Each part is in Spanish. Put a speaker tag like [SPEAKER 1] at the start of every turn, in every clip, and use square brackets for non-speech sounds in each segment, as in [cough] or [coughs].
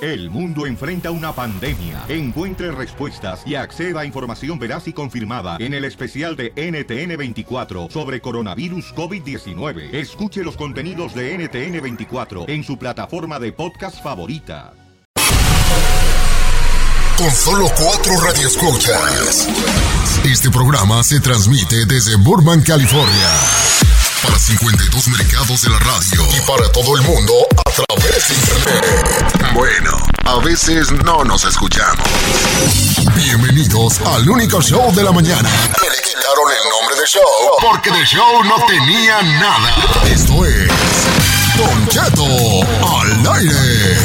[SPEAKER 1] El mundo enfrenta una pandemia. Encuentre respuestas y acceda a información veraz y confirmada en el especial de NTN24 sobre coronavirus COVID-19. Escuche los contenidos de NTN24 en su plataforma de podcast favorita.
[SPEAKER 2] Con solo cuatro radioescuchas. Este programa se transmite desde Burbank, California. Para 52 mercados de la radio y para todo el mundo a través de internet. Bueno, a veces no nos escuchamos. Bienvenidos al único show de la mañana. Me le quitaron el nombre de show porque de show no tenía nada. Esto es Don Cheto al aire.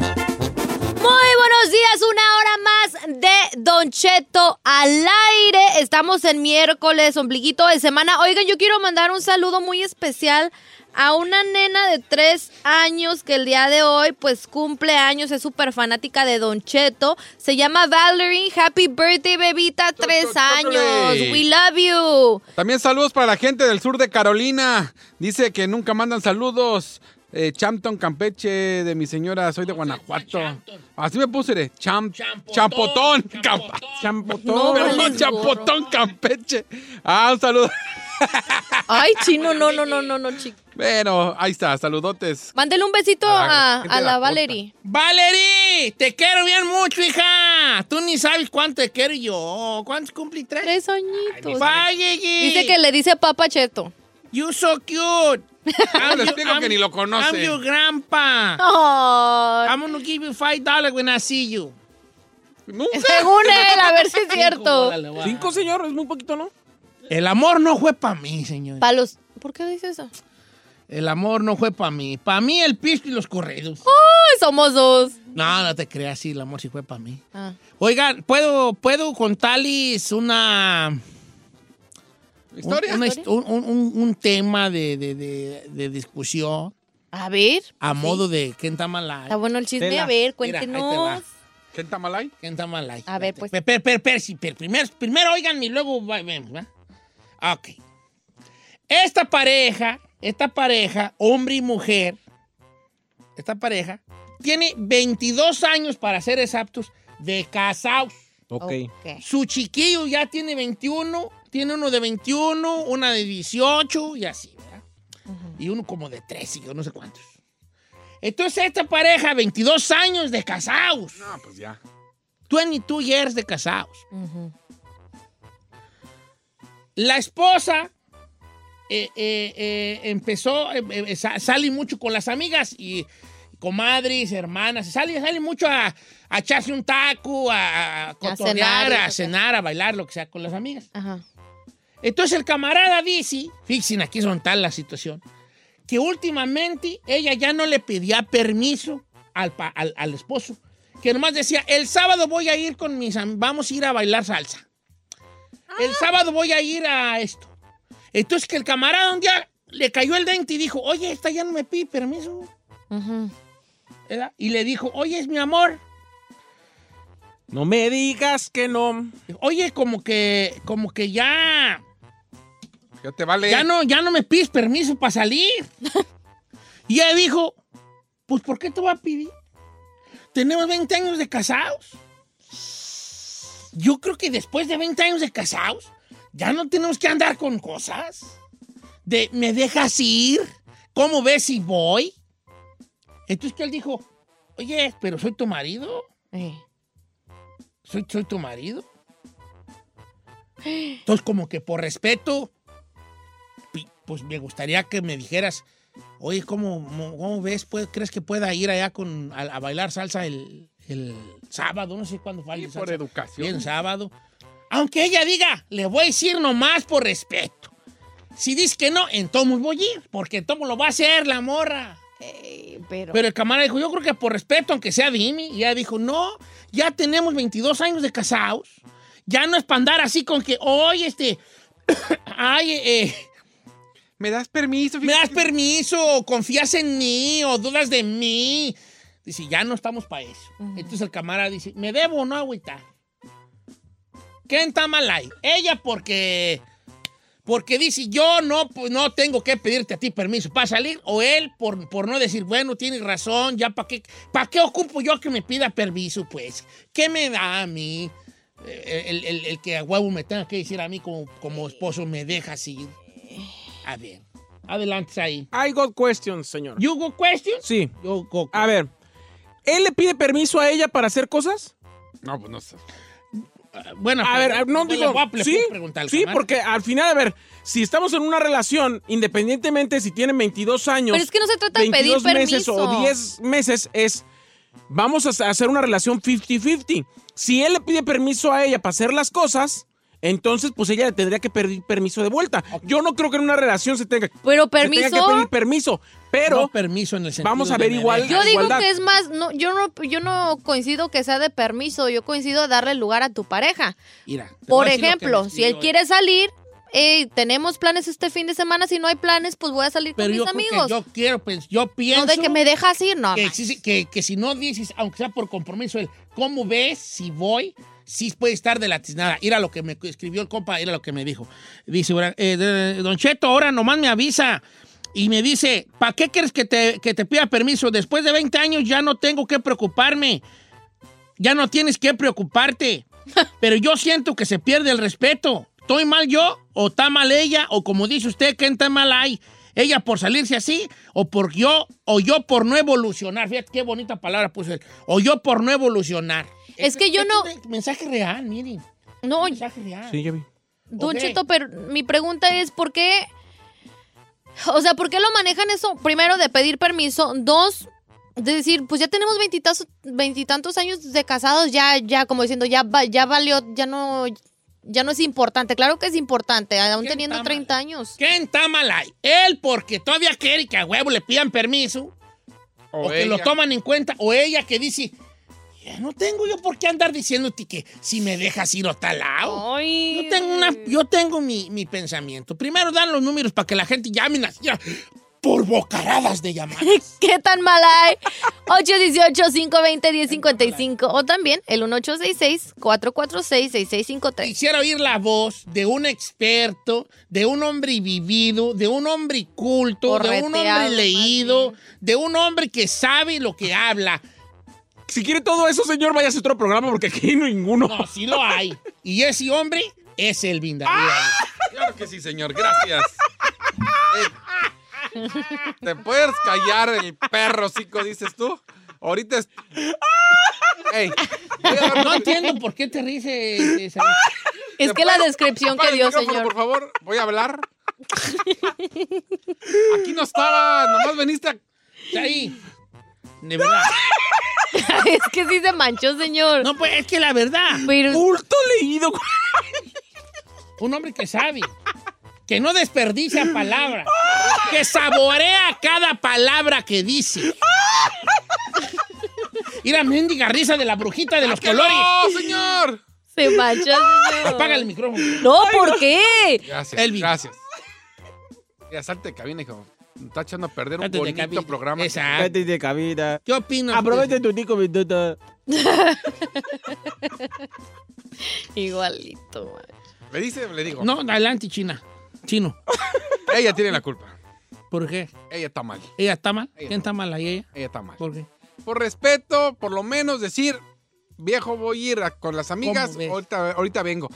[SPEAKER 3] Muy buenos días, una hora más de Don Cheto al aire. Estamos en miércoles, ombliguito de semana. Oigan, yo quiero mandar un saludo muy especial a una nena de tres años que el día de hoy pues cumple años, es súper fanática de Don Cheto. Se llama Valerie. Happy birthday, bebita, tres años. We love you.
[SPEAKER 4] También saludos para la gente del sur de Carolina. Dice que nunca mandan saludos. Eh, Champton, Campeche, de mi señora, soy de Guanajuato. Así me puse, de Cham, Champotón, Campa- Champotón,
[SPEAKER 3] No,
[SPEAKER 4] perdón,
[SPEAKER 3] vales
[SPEAKER 4] Champotón, Campeche. Ah, un saludo. [laughs]
[SPEAKER 3] Ay, chino, no, no, no, no, no, chico.
[SPEAKER 4] Bueno, ahí está, saludotes.
[SPEAKER 3] Mándele un besito
[SPEAKER 4] A la
[SPEAKER 3] a,
[SPEAKER 4] gente
[SPEAKER 3] a
[SPEAKER 4] de la
[SPEAKER 3] la
[SPEAKER 4] costa.
[SPEAKER 3] Valerie.
[SPEAKER 5] Valerie, te quiero bien mucho, hija. Tú ni sabes cuánto te quiero yo. Oh, ¿Cuántos cumplí tres?
[SPEAKER 3] Tres añitos.
[SPEAKER 5] Bye, Gigi.
[SPEAKER 3] Dice que le dice Papa Cheto.
[SPEAKER 5] You so
[SPEAKER 4] [laughs]
[SPEAKER 5] cute. I'm your-
[SPEAKER 4] le explico que ni lo
[SPEAKER 5] I'm
[SPEAKER 4] conoce.
[SPEAKER 5] your grandpa.
[SPEAKER 3] Oh,
[SPEAKER 5] I'm gonna give you five dollars when I see you.
[SPEAKER 4] Nunca.
[SPEAKER 3] según él, a ver si es cierto.
[SPEAKER 5] Cinco, señor, es muy poquito, ¿no? El amor no fue para mí, señor.
[SPEAKER 3] Palos. ¿Por qué dice eso?
[SPEAKER 5] El amor no fue para mí. Para mí el pisto y los corredos.
[SPEAKER 3] Ay, somos dos.
[SPEAKER 5] No, no te creas, sí, el amor sí fue para mí.
[SPEAKER 3] Ah.
[SPEAKER 5] Oigan, ¿puedo, puedo contarles una...
[SPEAKER 4] ¿Historia?
[SPEAKER 5] Un, una hist- un- un- un- un tema de, de- de- de discusión
[SPEAKER 3] A ver.
[SPEAKER 5] a modo de ¿Quién está mal ahí?
[SPEAKER 3] Está bueno el chisme.
[SPEAKER 5] Tela.
[SPEAKER 3] A ver,
[SPEAKER 5] Mira, ahí te va.
[SPEAKER 3] cuéntenos.
[SPEAKER 4] ¿Qué tamalay?
[SPEAKER 5] ¿Quién está mal ahí?
[SPEAKER 3] A ver, pues.
[SPEAKER 5] Per, per, per, per, sí, per. primero, primero oigan y luego va- vemos, ¿va? Ah, Ok. Esta pareja, esta pareja, hombre y mujer, esta pareja, tiene 22 años para ser exactos de casados.
[SPEAKER 3] Ok.
[SPEAKER 5] Su chiquillo ya tiene 21, tiene uno de 21, una de 18 y así, ¿verdad? Y uno como de 13, yo no sé cuántos. Entonces esta pareja, 22 años de casados,
[SPEAKER 4] Ah, pues ya.
[SPEAKER 5] 22 years de casados.
[SPEAKER 3] Ujú.
[SPEAKER 5] La esposa eh, eh, eh, empezó, eh, eh, sa- sale mucho con las amigas y comadres, hermanas, sale, sale mucho a, a echarse un taco, a, a cotorrear,
[SPEAKER 3] cenar,
[SPEAKER 5] a
[SPEAKER 3] ok.
[SPEAKER 5] cenar, a bailar, lo que sea con las amigas.
[SPEAKER 3] Ajá.
[SPEAKER 5] Entonces el camarada dice, fíjense aquí son tal la situación, que últimamente ella ya no le pedía permiso al, pa- al- al esposo, que nomás decía, el sábado voy a ir con mis am- vamos a ir a bailar salsa. El sábado voy a ir a esto. Entonces que el camarada un día le cayó el dente y dijo, oye, esta ya no me pide permiso.
[SPEAKER 3] Ujú.
[SPEAKER 5] ¿verdad? Y le dijo, oye, es mi amor.
[SPEAKER 6] No me digas que no.
[SPEAKER 5] Oye, como que, como que ya...
[SPEAKER 4] Ya te vale.
[SPEAKER 5] Ya no, ya no me pides permiso para salir. y ella dijo, pues ¿por qué te va a pedir? Tenemos 20 años de casados. Yo creo que después de 20 años de casados, ya no tenemos que andar con cosas. De, ¿me dejas ir? ¿Cómo ves si voy? Entonces que él dijo, oye, pero soy tu marido.
[SPEAKER 3] Eh.
[SPEAKER 5] Soy, soy tu marido. Entonces, como que por respeto, pi- pues me gustaría que me dijeras, oye, ¿cómo, mo- cómo ves? pues, ¿Crees que pueda ir allá con, a, a bailar salsa el, el sábado? No sé cuándo fue. el
[SPEAKER 4] Y
[SPEAKER 5] salsa.
[SPEAKER 4] por educación.
[SPEAKER 5] Bien, sábado. Aunque ella diga, le voy a decir nomás por respeto. Si dice que no, entonces voy a ir, porque entonces lo va a hacer la morra.
[SPEAKER 3] Eh, pero,
[SPEAKER 5] Pero el camarada dijo, yo creo que por respeto, aunque sea Dimi, y ella dijo, no, ya tenemos 22 años de casados, ya no es para andar así con que, oye, este, [coughs] ay, eh, eh,
[SPEAKER 4] ¿Me das permiso?
[SPEAKER 5] me das
[SPEAKER 4] Fíjate.
[SPEAKER 5] permiso, o confías en mí, o dudas de mí. Dice, ya no estamos para eso. Entonces el camarada dice, me debo o no agüitar. ¿Quién está mal ahí? Ella porque... Porque dice, yo no, pues, no tengo que pedirte a ti permiso para salir. O él, por, por no decir, bueno, tienes razón, ya para qué, para qué ocupo yo que me pida permiso, pues. ¿Qué me da a mí eh, el, el- el que a huevo me tenga que decir a mí como, como esposo, me dejas ir? A ver, adelante ahí.
[SPEAKER 6] I got questions, señor.
[SPEAKER 5] ¿You go questions?
[SPEAKER 6] Sí.
[SPEAKER 5] Yo go-
[SPEAKER 6] A ver, ¿él le pide permiso a ella para hacer cosas?
[SPEAKER 4] No, pues no sé.
[SPEAKER 5] Bueno, pues,
[SPEAKER 6] A ver, no
[SPEAKER 5] le
[SPEAKER 6] digo.
[SPEAKER 5] voy a- le
[SPEAKER 6] Sí,
[SPEAKER 5] puedo preguntar al
[SPEAKER 6] sí,
[SPEAKER 5] camarada.
[SPEAKER 6] porque al final, a ver, si estamos en una relación, independientemente si tienen 22 años,
[SPEAKER 3] Pero es que no se trata de pedir
[SPEAKER 6] 22
[SPEAKER 3] permiso.
[SPEAKER 6] meses o 10 meses, es. Vamos a hacer una relación 50-50. Si él le pide permiso a ella para hacer las cosas, entonces pues ella le tendría que pedir permiso de vuelta. Yo no creo que en una relación se tenga,
[SPEAKER 5] Pues
[SPEAKER 3] pero
[SPEAKER 6] se tenga
[SPEAKER 3] permiso.
[SPEAKER 6] que pedir permiso, pero
[SPEAKER 5] No permiso en el sentido
[SPEAKER 6] vamos
[SPEAKER 5] de
[SPEAKER 6] a ver
[SPEAKER 5] me
[SPEAKER 6] igual-
[SPEAKER 5] dejas.
[SPEAKER 3] Yo digo
[SPEAKER 6] igualdad.
[SPEAKER 3] que es más, no, yo no, yo no coincido que sea de permiso, yo coincido darle lugar a tu pareja.
[SPEAKER 5] Mira, te voy
[SPEAKER 3] Por
[SPEAKER 5] a decir lo que
[SPEAKER 3] ejemplo,
[SPEAKER 5] les
[SPEAKER 3] si él
[SPEAKER 5] digo.
[SPEAKER 3] quiere salir, "Ey, tenemos planes este fin de semana, si no hay planes, pues voy a salir
[SPEAKER 5] Pero
[SPEAKER 3] con
[SPEAKER 5] yo
[SPEAKER 3] mis
[SPEAKER 5] creo que
[SPEAKER 3] amigos.
[SPEAKER 5] Yo quiero, pues, yo
[SPEAKER 3] no
[SPEAKER 5] pienso.
[SPEAKER 3] de que me dejas ir, no.
[SPEAKER 5] que,
[SPEAKER 3] ma.
[SPEAKER 5] existe- que- que si no dices, aunque sea por compromiso, el cómo ves si voy, sí puede estar de la tiznada. Ir a lo que me escribió el compa, ir a lo que me dijo. Dice, ahora, eh, de- Don Cheto, ahora nomás me avisa. Y me dice, ¿para qué quieres que te, que te pida permiso? Después de 20 años ya no tengo que preocuparme. Ya no tienes que preocuparte. Pero yo siento que se pierde el respeto. ¿Estoy mal yo o está mal ella? O como dice usted, ¿quién está mal ahí? ¿Ella por salirse así o por yo o yo por no evolucionar? Fíjate qué bonita palabra puse. O yo por no evolucionar.
[SPEAKER 3] Es que yo
[SPEAKER 5] Este
[SPEAKER 3] no-
[SPEAKER 5] es un mensaje real, miren.
[SPEAKER 3] no,
[SPEAKER 5] Mensaje real.
[SPEAKER 6] Sí, ya vi.
[SPEAKER 3] Don
[SPEAKER 5] Ok.
[SPEAKER 3] Cheto, pero mi pregunta es, ¿por qué? O sea, ¿por qué lo manejan eso? Primero, de pedir permiso. Dos, de decir, pues ya tenemos veintitas- veintitantos años de casados, ya, ya, como diciendo, ya, va- ya valió, ya no, ya no es importante. Claro que es importante, aún
[SPEAKER 5] ¿Quién
[SPEAKER 3] teniendo
[SPEAKER 5] está
[SPEAKER 3] 30 años.
[SPEAKER 5] ¿Quién está mal ahí? Él porque todavía quiere que a huevo le pidan permiso o, que lo
[SPEAKER 4] ella.
[SPEAKER 5] toman en cuenta o ella que dice, "Ya no tengo yo por qué andar diciéndote que si me dejas ir a tal lado.
[SPEAKER 3] Ay,
[SPEAKER 5] Yo tengo, una, yo tengo mi, mi pensamiento. Primero dan los números para que la gente llame así, ya, por bocaradas
[SPEAKER 3] [laughs]
[SPEAKER 5] de llamadas.
[SPEAKER 3] ¿Qué tan mal hay? 818-520-1055. O también el 1866-446-6653.
[SPEAKER 5] Quisiera oír la voz de un experto, de un hombre vivido, de un hombre culto, de un
[SPEAKER 3] Correteado,
[SPEAKER 5] hombre
[SPEAKER 3] más
[SPEAKER 5] leído, de un hombre que sabe lo que habla.
[SPEAKER 6] Si quiere todo eso, señor, váyase a otro programa porque aquí no hay ninguno.
[SPEAKER 5] No, sí lo hay. Y ese hombre es el Darío.
[SPEAKER 4] Claro que sí, señor. Gracias. Eh, ¿Te puedes callar el perro, cico, dices tú? Ahorita es... Ey, voy a
[SPEAKER 3] ¡Ah!
[SPEAKER 4] agarrar-
[SPEAKER 5] No entiendo por qué te ríes. eh, eh,
[SPEAKER 3] Es
[SPEAKER 4] ¿Te
[SPEAKER 3] que la
[SPEAKER 4] puedo-
[SPEAKER 3] descripción
[SPEAKER 4] apaga
[SPEAKER 3] que
[SPEAKER 4] el
[SPEAKER 3] dio,
[SPEAKER 4] micrófono,
[SPEAKER 3] señor.
[SPEAKER 4] Por favor, voy a hablar. Aquí no estaba, nomás veniste a...
[SPEAKER 3] ¡Ah!
[SPEAKER 5] ahí. De verdad.
[SPEAKER 3] [laughs] es que sí se manchó, señor.
[SPEAKER 5] No, pues es que la verdad.
[SPEAKER 3] Pero
[SPEAKER 6] Culto leído.
[SPEAKER 5] Un hombre que sabe. Que no desperdicia palabra. Que saborea cada palabra que dice. Y la mendiga risa de la brujita de los colores.
[SPEAKER 4] ¡No, señor!
[SPEAKER 3] se manchó, señor.
[SPEAKER 5] Apaga el micrófono.
[SPEAKER 3] No, ¿por qué?
[SPEAKER 4] Gracias,
[SPEAKER 5] Elvin.
[SPEAKER 4] gracias. Ya salte de cabina, hijo. Me Está echando a perder un
[SPEAKER 5] Antes de
[SPEAKER 4] bonito
[SPEAKER 5] cabina.
[SPEAKER 4] programa.
[SPEAKER 5] Exacto.
[SPEAKER 6] de cabida.
[SPEAKER 5] ¿Qué opinas?
[SPEAKER 6] Aprovecha tu tico, bendita.
[SPEAKER 3] Igualito, man.
[SPEAKER 4] Me dice, le digo.
[SPEAKER 5] No, adelante, China. Chino.
[SPEAKER 4] Ella tiene la culpa.
[SPEAKER 5] ¿Por qué?
[SPEAKER 4] Ella está mal.
[SPEAKER 5] ¿Ella está mal?
[SPEAKER 4] Ella
[SPEAKER 5] ¿Quién está mal ahí ella?
[SPEAKER 4] Ella está mal.
[SPEAKER 5] ¿Por qué?
[SPEAKER 4] Por respeto, por lo menos decir, viejo, voy a ir a- con las amigas,
[SPEAKER 5] ves?
[SPEAKER 4] ahorita, ahorita vengo.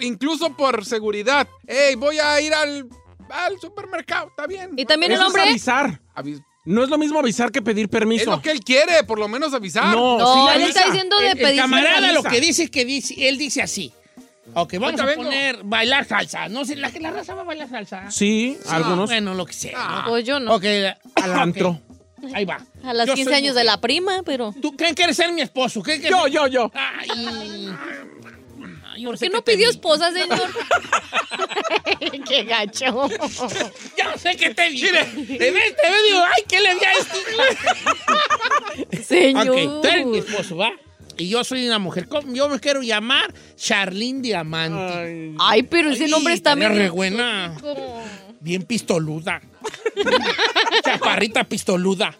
[SPEAKER 4] incluso por seguridad. Ey, voy a ir al, al supermercado, está bien.
[SPEAKER 3] Y también el
[SPEAKER 6] Eso
[SPEAKER 3] hombre.
[SPEAKER 6] es avisar.
[SPEAKER 4] Avis-
[SPEAKER 6] No es lo mismo avisar que pedir permiso.
[SPEAKER 4] Es lo que él quiere, por lo menos avisar.
[SPEAKER 6] No,
[SPEAKER 3] No,
[SPEAKER 6] sí le
[SPEAKER 3] él
[SPEAKER 6] avisa.
[SPEAKER 3] está diciendo de
[SPEAKER 5] El- el
[SPEAKER 3] pedir.
[SPEAKER 5] camarada lo
[SPEAKER 6] avisa.
[SPEAKER 5] que dice es que dice, él dice así. Ok, vamos
[SPEAKER 4] Ahorita
[SPEAKER 5] a
[SPEAKER 4] vengo.
[SPEAKER 5] poner bailar salsa. No sé, la, la raza va a bailar salsa.
[SPEAKER 6] Sí, algunos.
[SPEAKER 5] Ah, Bueno, lo que sea.
[SPEAKER 4] Ah,
[SPEAKER 3] Pues yo no.
[SPEAKER 5] Ok, la-
[SPEAKER 6] Al antro.
[SPEAKER 5] ok, Ahí va.
[SPEAKER 3] A las
[SPEAKER 5] Yo
[SPEAKER 3] 15
[SPEAKER 5] soy
[SPEAKER 3] años de la prima, pero.
[SPEAKER 5] mujer. ¿Tú quién quieres ser mi esposo? ¿Qué, qué-
[SPEAKER 6] Yo, yo, yo.
[SPEAKER 5] Ay. Ay, ahora sé
[SPEAKER 3] ¿Qué no
[SPEAKER 5] te
[SPEAKER 3] pidió
[SPEAKER 5] vi.
[SPEAKER 3] esposa,
[SPEAKER 5] [laughs]
[SPEAKER 3] señor? Qué gacho.
[SPEAKER 5] Ya no sé qué te vi. Mire, te ves, te ves, digo, ay, ¿qué le vi a este?
[SPEAKER 3] Señor.
[SPEAKER 5] ok, tú eres mi esposo, ¿va? Y yo soy una mujer. ¿Cómo? Yo me quiero llamar Charlene Diamante.
[SPEAKER 3] Ay, pero ese nombre
[SPEAKER 5] Ay,
[SPEAKER 3] está
[SPEAKER 5] estaría re
[SPEAKER 3] bien.
[SPEAKER 5] buena. Bien pistoluda. [laughs] Chaparrita pistoluda.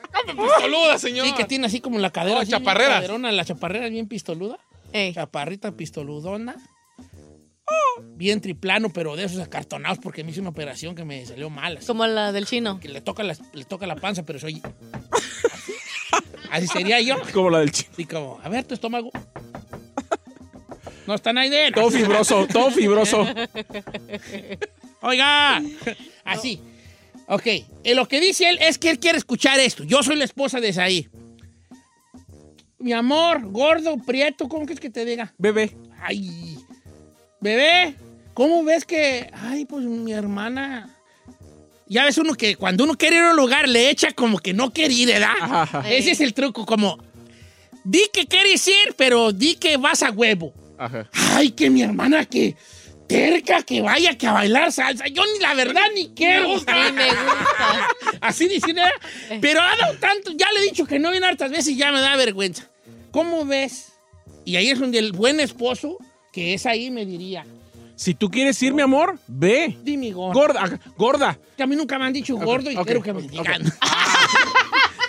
[SPEAKER 4] saluda, señor.
[SPEAKER 5] Sí, que tiene así como la cadera.
[SPEAKER 4] Oh,
[SPEAKER 5] así bien
[SPEAKER 4] chaparreras.
[SPEAKER 5] caderona, la chaparrera es bien pistoluda.
[SPEAKER 3] Ey.
[SPEAKER 5] Chaparrita pistoludona. Oh, Bien triplano, pero de esos acartonados, porque me hice una operación que me salió mal. así,
[SPEAKER 3] Como la del chino.
[SPEAKER 5] Que le toca, las- le toca la panza, pero soy. Así sería yo.
[SPEAKER 6] Como la del chino.
[SPEAKER 5] Así como, a ver tu estómago. No está nadie.
[SPEAKER 6] Todo fibroso, todo fibroso.
[SPEAKER 5] Oiga, [laughs] así. Ok, eh, lo que dice él es que él quiere escuchar esto. Yo soy la esposa de Saí. Mi amor, gordo, prieto, ¿cómo que es que te diga?
[SPEAKER 6] Bebé.
[SPEAKER 5] Ay, bebé, ¿cómo ves que... Ay, pues mi hermana... Ya ves uno que cuando uno quiere ir a un lugar le echa como que no quiere ir, ¿verdad?
[SPEAKER 6] Ajá, ajá.
[SPEAKER 5] Ese es el truco, como... Di que quieres ir, pero di que vas a huevo.
[SPEAKER 6] Ajá.
[SPEAKER 5] Ay, que mi hermana que terca que vaya que a bailar salsa. Yo ni la verdad ni quiero.
[SPEAKER 3] Ni me gusta.
[SPEAKER 5] Así dicen, ¿eh? pero ha dado tanto, ya le he dicho que no viene hartas veces y ya me da vergüenza. ¿Cómo ves? Y ahí es donde el buen esposo, que es ahí, me diría,
[SPEAKER 6] Si tú quieres ir, mi amor, ve.
[SPEAKER 5] dime gordo.
[SPEAKER 6] Gorda, ah, gorda,
[SPEAKER 5] Que a mí nunca me han dicho gordo y
[SPEAKER 6] ok,
[SPEAKER 5] quiero que me [laughs]
[SPEAKER 6] ok,
[SPEAKER 5] digan.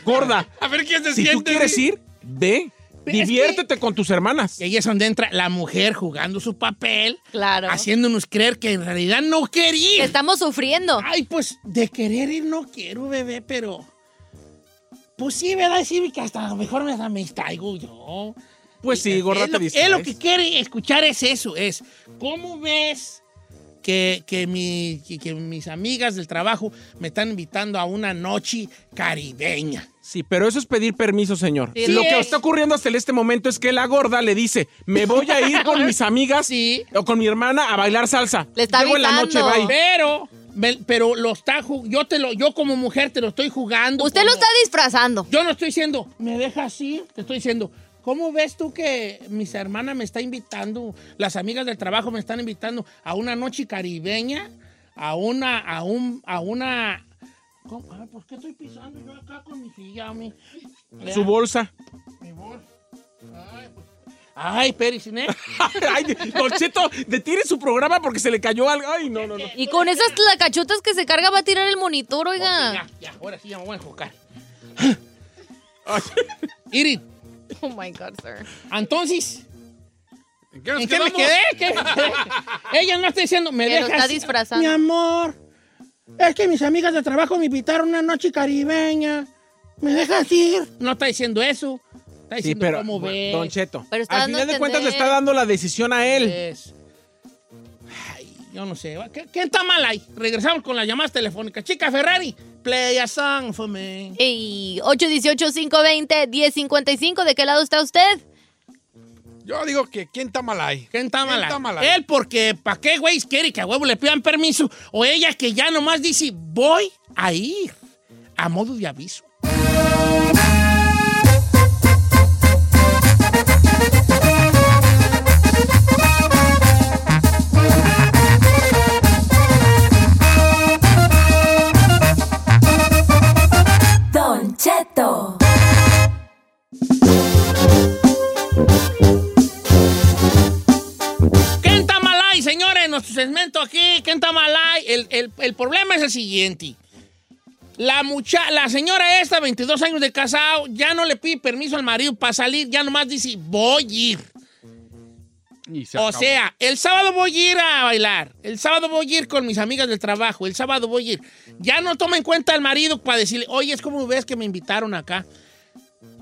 [SPEAKER 6] gorda.
[SPEAKER 5] Ah, A ver quién se
[SPEAKER 6] Si tú quieres ir, ve.
[SPEAKER 5] Pero es
[SPEAKER 6] Diviértete con tus hermanas.
[SPEAKER 5] Y ahí es donde entra la mujer jugando su papel,
[SPEAKER 3] Claro.
[SPEAKER 5] haciéndonos creer que en realidad no quería. ir.
[SPEAKER 3] Estamos sufriendo.
[SPEAKER 5] Ay, pues de querer ir no quiero, bebé, pero. Pues sí, ¿verdad? Sí, que hasta a lo mejor me, hasta me distraigo yo.
[SPEAKER 6] Pues sí, gorda,
[SPEAKER 5] Es lo,
[SPEAKER 6] te
[SPEAKER 5] es lo que
[SPEAKER 6] distraes.
[SPEAKER 5] quiere escuchar es eso, es cómo ves que, que, mi- que- que mis amigas del trabajo me están invitando a una noche caribeña.
[SPEAKER 6] Sí, pero eso es pedir permiso, señor.
[SPEAKER 3] Sí,
[SPEAKER 6] lo que
[SPEAKER 3] es.
[SPEAKER 6] está ocurriendo hasta este momento es que la gorda le dice, me voy a ir con mis amigas
[SPEAKER 5] Sí.
[SPEAKER 6] o con mi hermana a bailar salsa.
[SPEAKER 3] Le está
[SPEAKER 6] Llego en la noche,
[SPEAKER 3] avisando.
[SPEAKER 6] bye.
[SPEAKER 5] Pero, me- pero lo está ju- yo te lo, yo como mujer te lo estoy jugando.
[SPEAKER 3] Usted lo
[SPEAKER 5] como-
[SPEAKER 3] está disfrazando.
[SPEAKER 5] Yo no estoy diciendo, me deja así, te estoy diciendo, ¿cómo ves tú que mis hermanas me está invitando, las amigas del trabajo me están invitando a una noche caribeña, a una, a un, a una... ¿Cómo? A ver, ¿por qué estoy pisando yo acá con mi silla, mi? Vea,
[SPEAKER 6] Su bolsa. [laughs]
[SPEAKER 5] mi bolsa. Ay, pues. Ay, espérese, ¿eh?
[SPEAKER 6] Ay, Don Cheto, detire su programa porque se le cayó algo. Ay, no, no, no.
[SPEAKER 3] Y con esas tlacachotas que se carga va a tirar el monitor,
[SPEAKER 5] Ya,
[SPEAKER 3] oiga.
[SPEAKER 5] ya, ahora sí ya me voy a enfocar. Irit,
[SPEAKER 3] Oh my God, sir.
[SPEAKER 5] entonces,
[SPEAKER 4] ¿En qué nos
[SPEAKER 5] ¿En qué me
[SPEAKER 4] quedamos?
[SPEAKER 5] quedé? ¿Qué [laughs] me quedé? Ella no está diciendo, me
[SPEAKER 3] Que lo
[SPEAKER 5] dejas.
[SPEAKER 3] está disfrazando.
[SPEAKER 5] Mi amor, es que mis amigas de trabajo me invitaron una noche caribeña. ¿Me dejas ir? No está diciendo eso. Está
[SPEAKER 6] Sí,
[SPEAKER 5] diciendo
[SPEAKER 6] pero,
[SPEAKER 5] cómo ves.
[SPEAKER 6] Don Cheto,
[SPEAKER 3] Pero está
[SPEAKER 6] al
[SPEAKER 3] dando a
[SPEAKER 6] final de cuentas le
[SPEAKER 3] entender.
[SPEAKER 6] está dando la decisión a él.
[SPEAKER 5] Ves. Ay, yo no sé. ¿Qué, qué está mal ahí? Regresamos con las llamadas telefónicas. Chica Ferrari, play a song for me.
[SPEAKER 3] Ey, 818-520-1055. ¿De qué lado está usted?
[SPEAKER 4] Yo digo que ¿quién está mal ahí?
[SPEAKER 5] ¿Quién está mal?
[SPEAKER 4] ¿Quién está
[SPEAKER 5] ahí?
[SPEAKER 4] mal ahí?
[SPEAKER 5] Él porque ¿para qué güey quiere que a huevo le pidan permiso? O ella que ya nomás dice, voy a ir a modo de aviso.
[SPEAKER 7] Don Cheto.
[SPEAKER 5] Kenta Malay, señores, nuestro segmento aquí, Kenta Malay. El, el- el problema es el siguiente. La, mucha la señora esta, 22 años de casado, ya no le pide permiso al marido para salir, ya nomás dice, voy a ir.
[SPEAKER 4] Y se
[SPEAKER 5] o
[SPEAKER 4] acabó.
[SPEAKER 5] sea, el sábado voy a ir a bailar, el sábado voy a ir con mis amigas del trabajo, el sábado voy a ir. Ya no toma en cuenta al marido para decirle, oye, es como ves que me invitaron acá.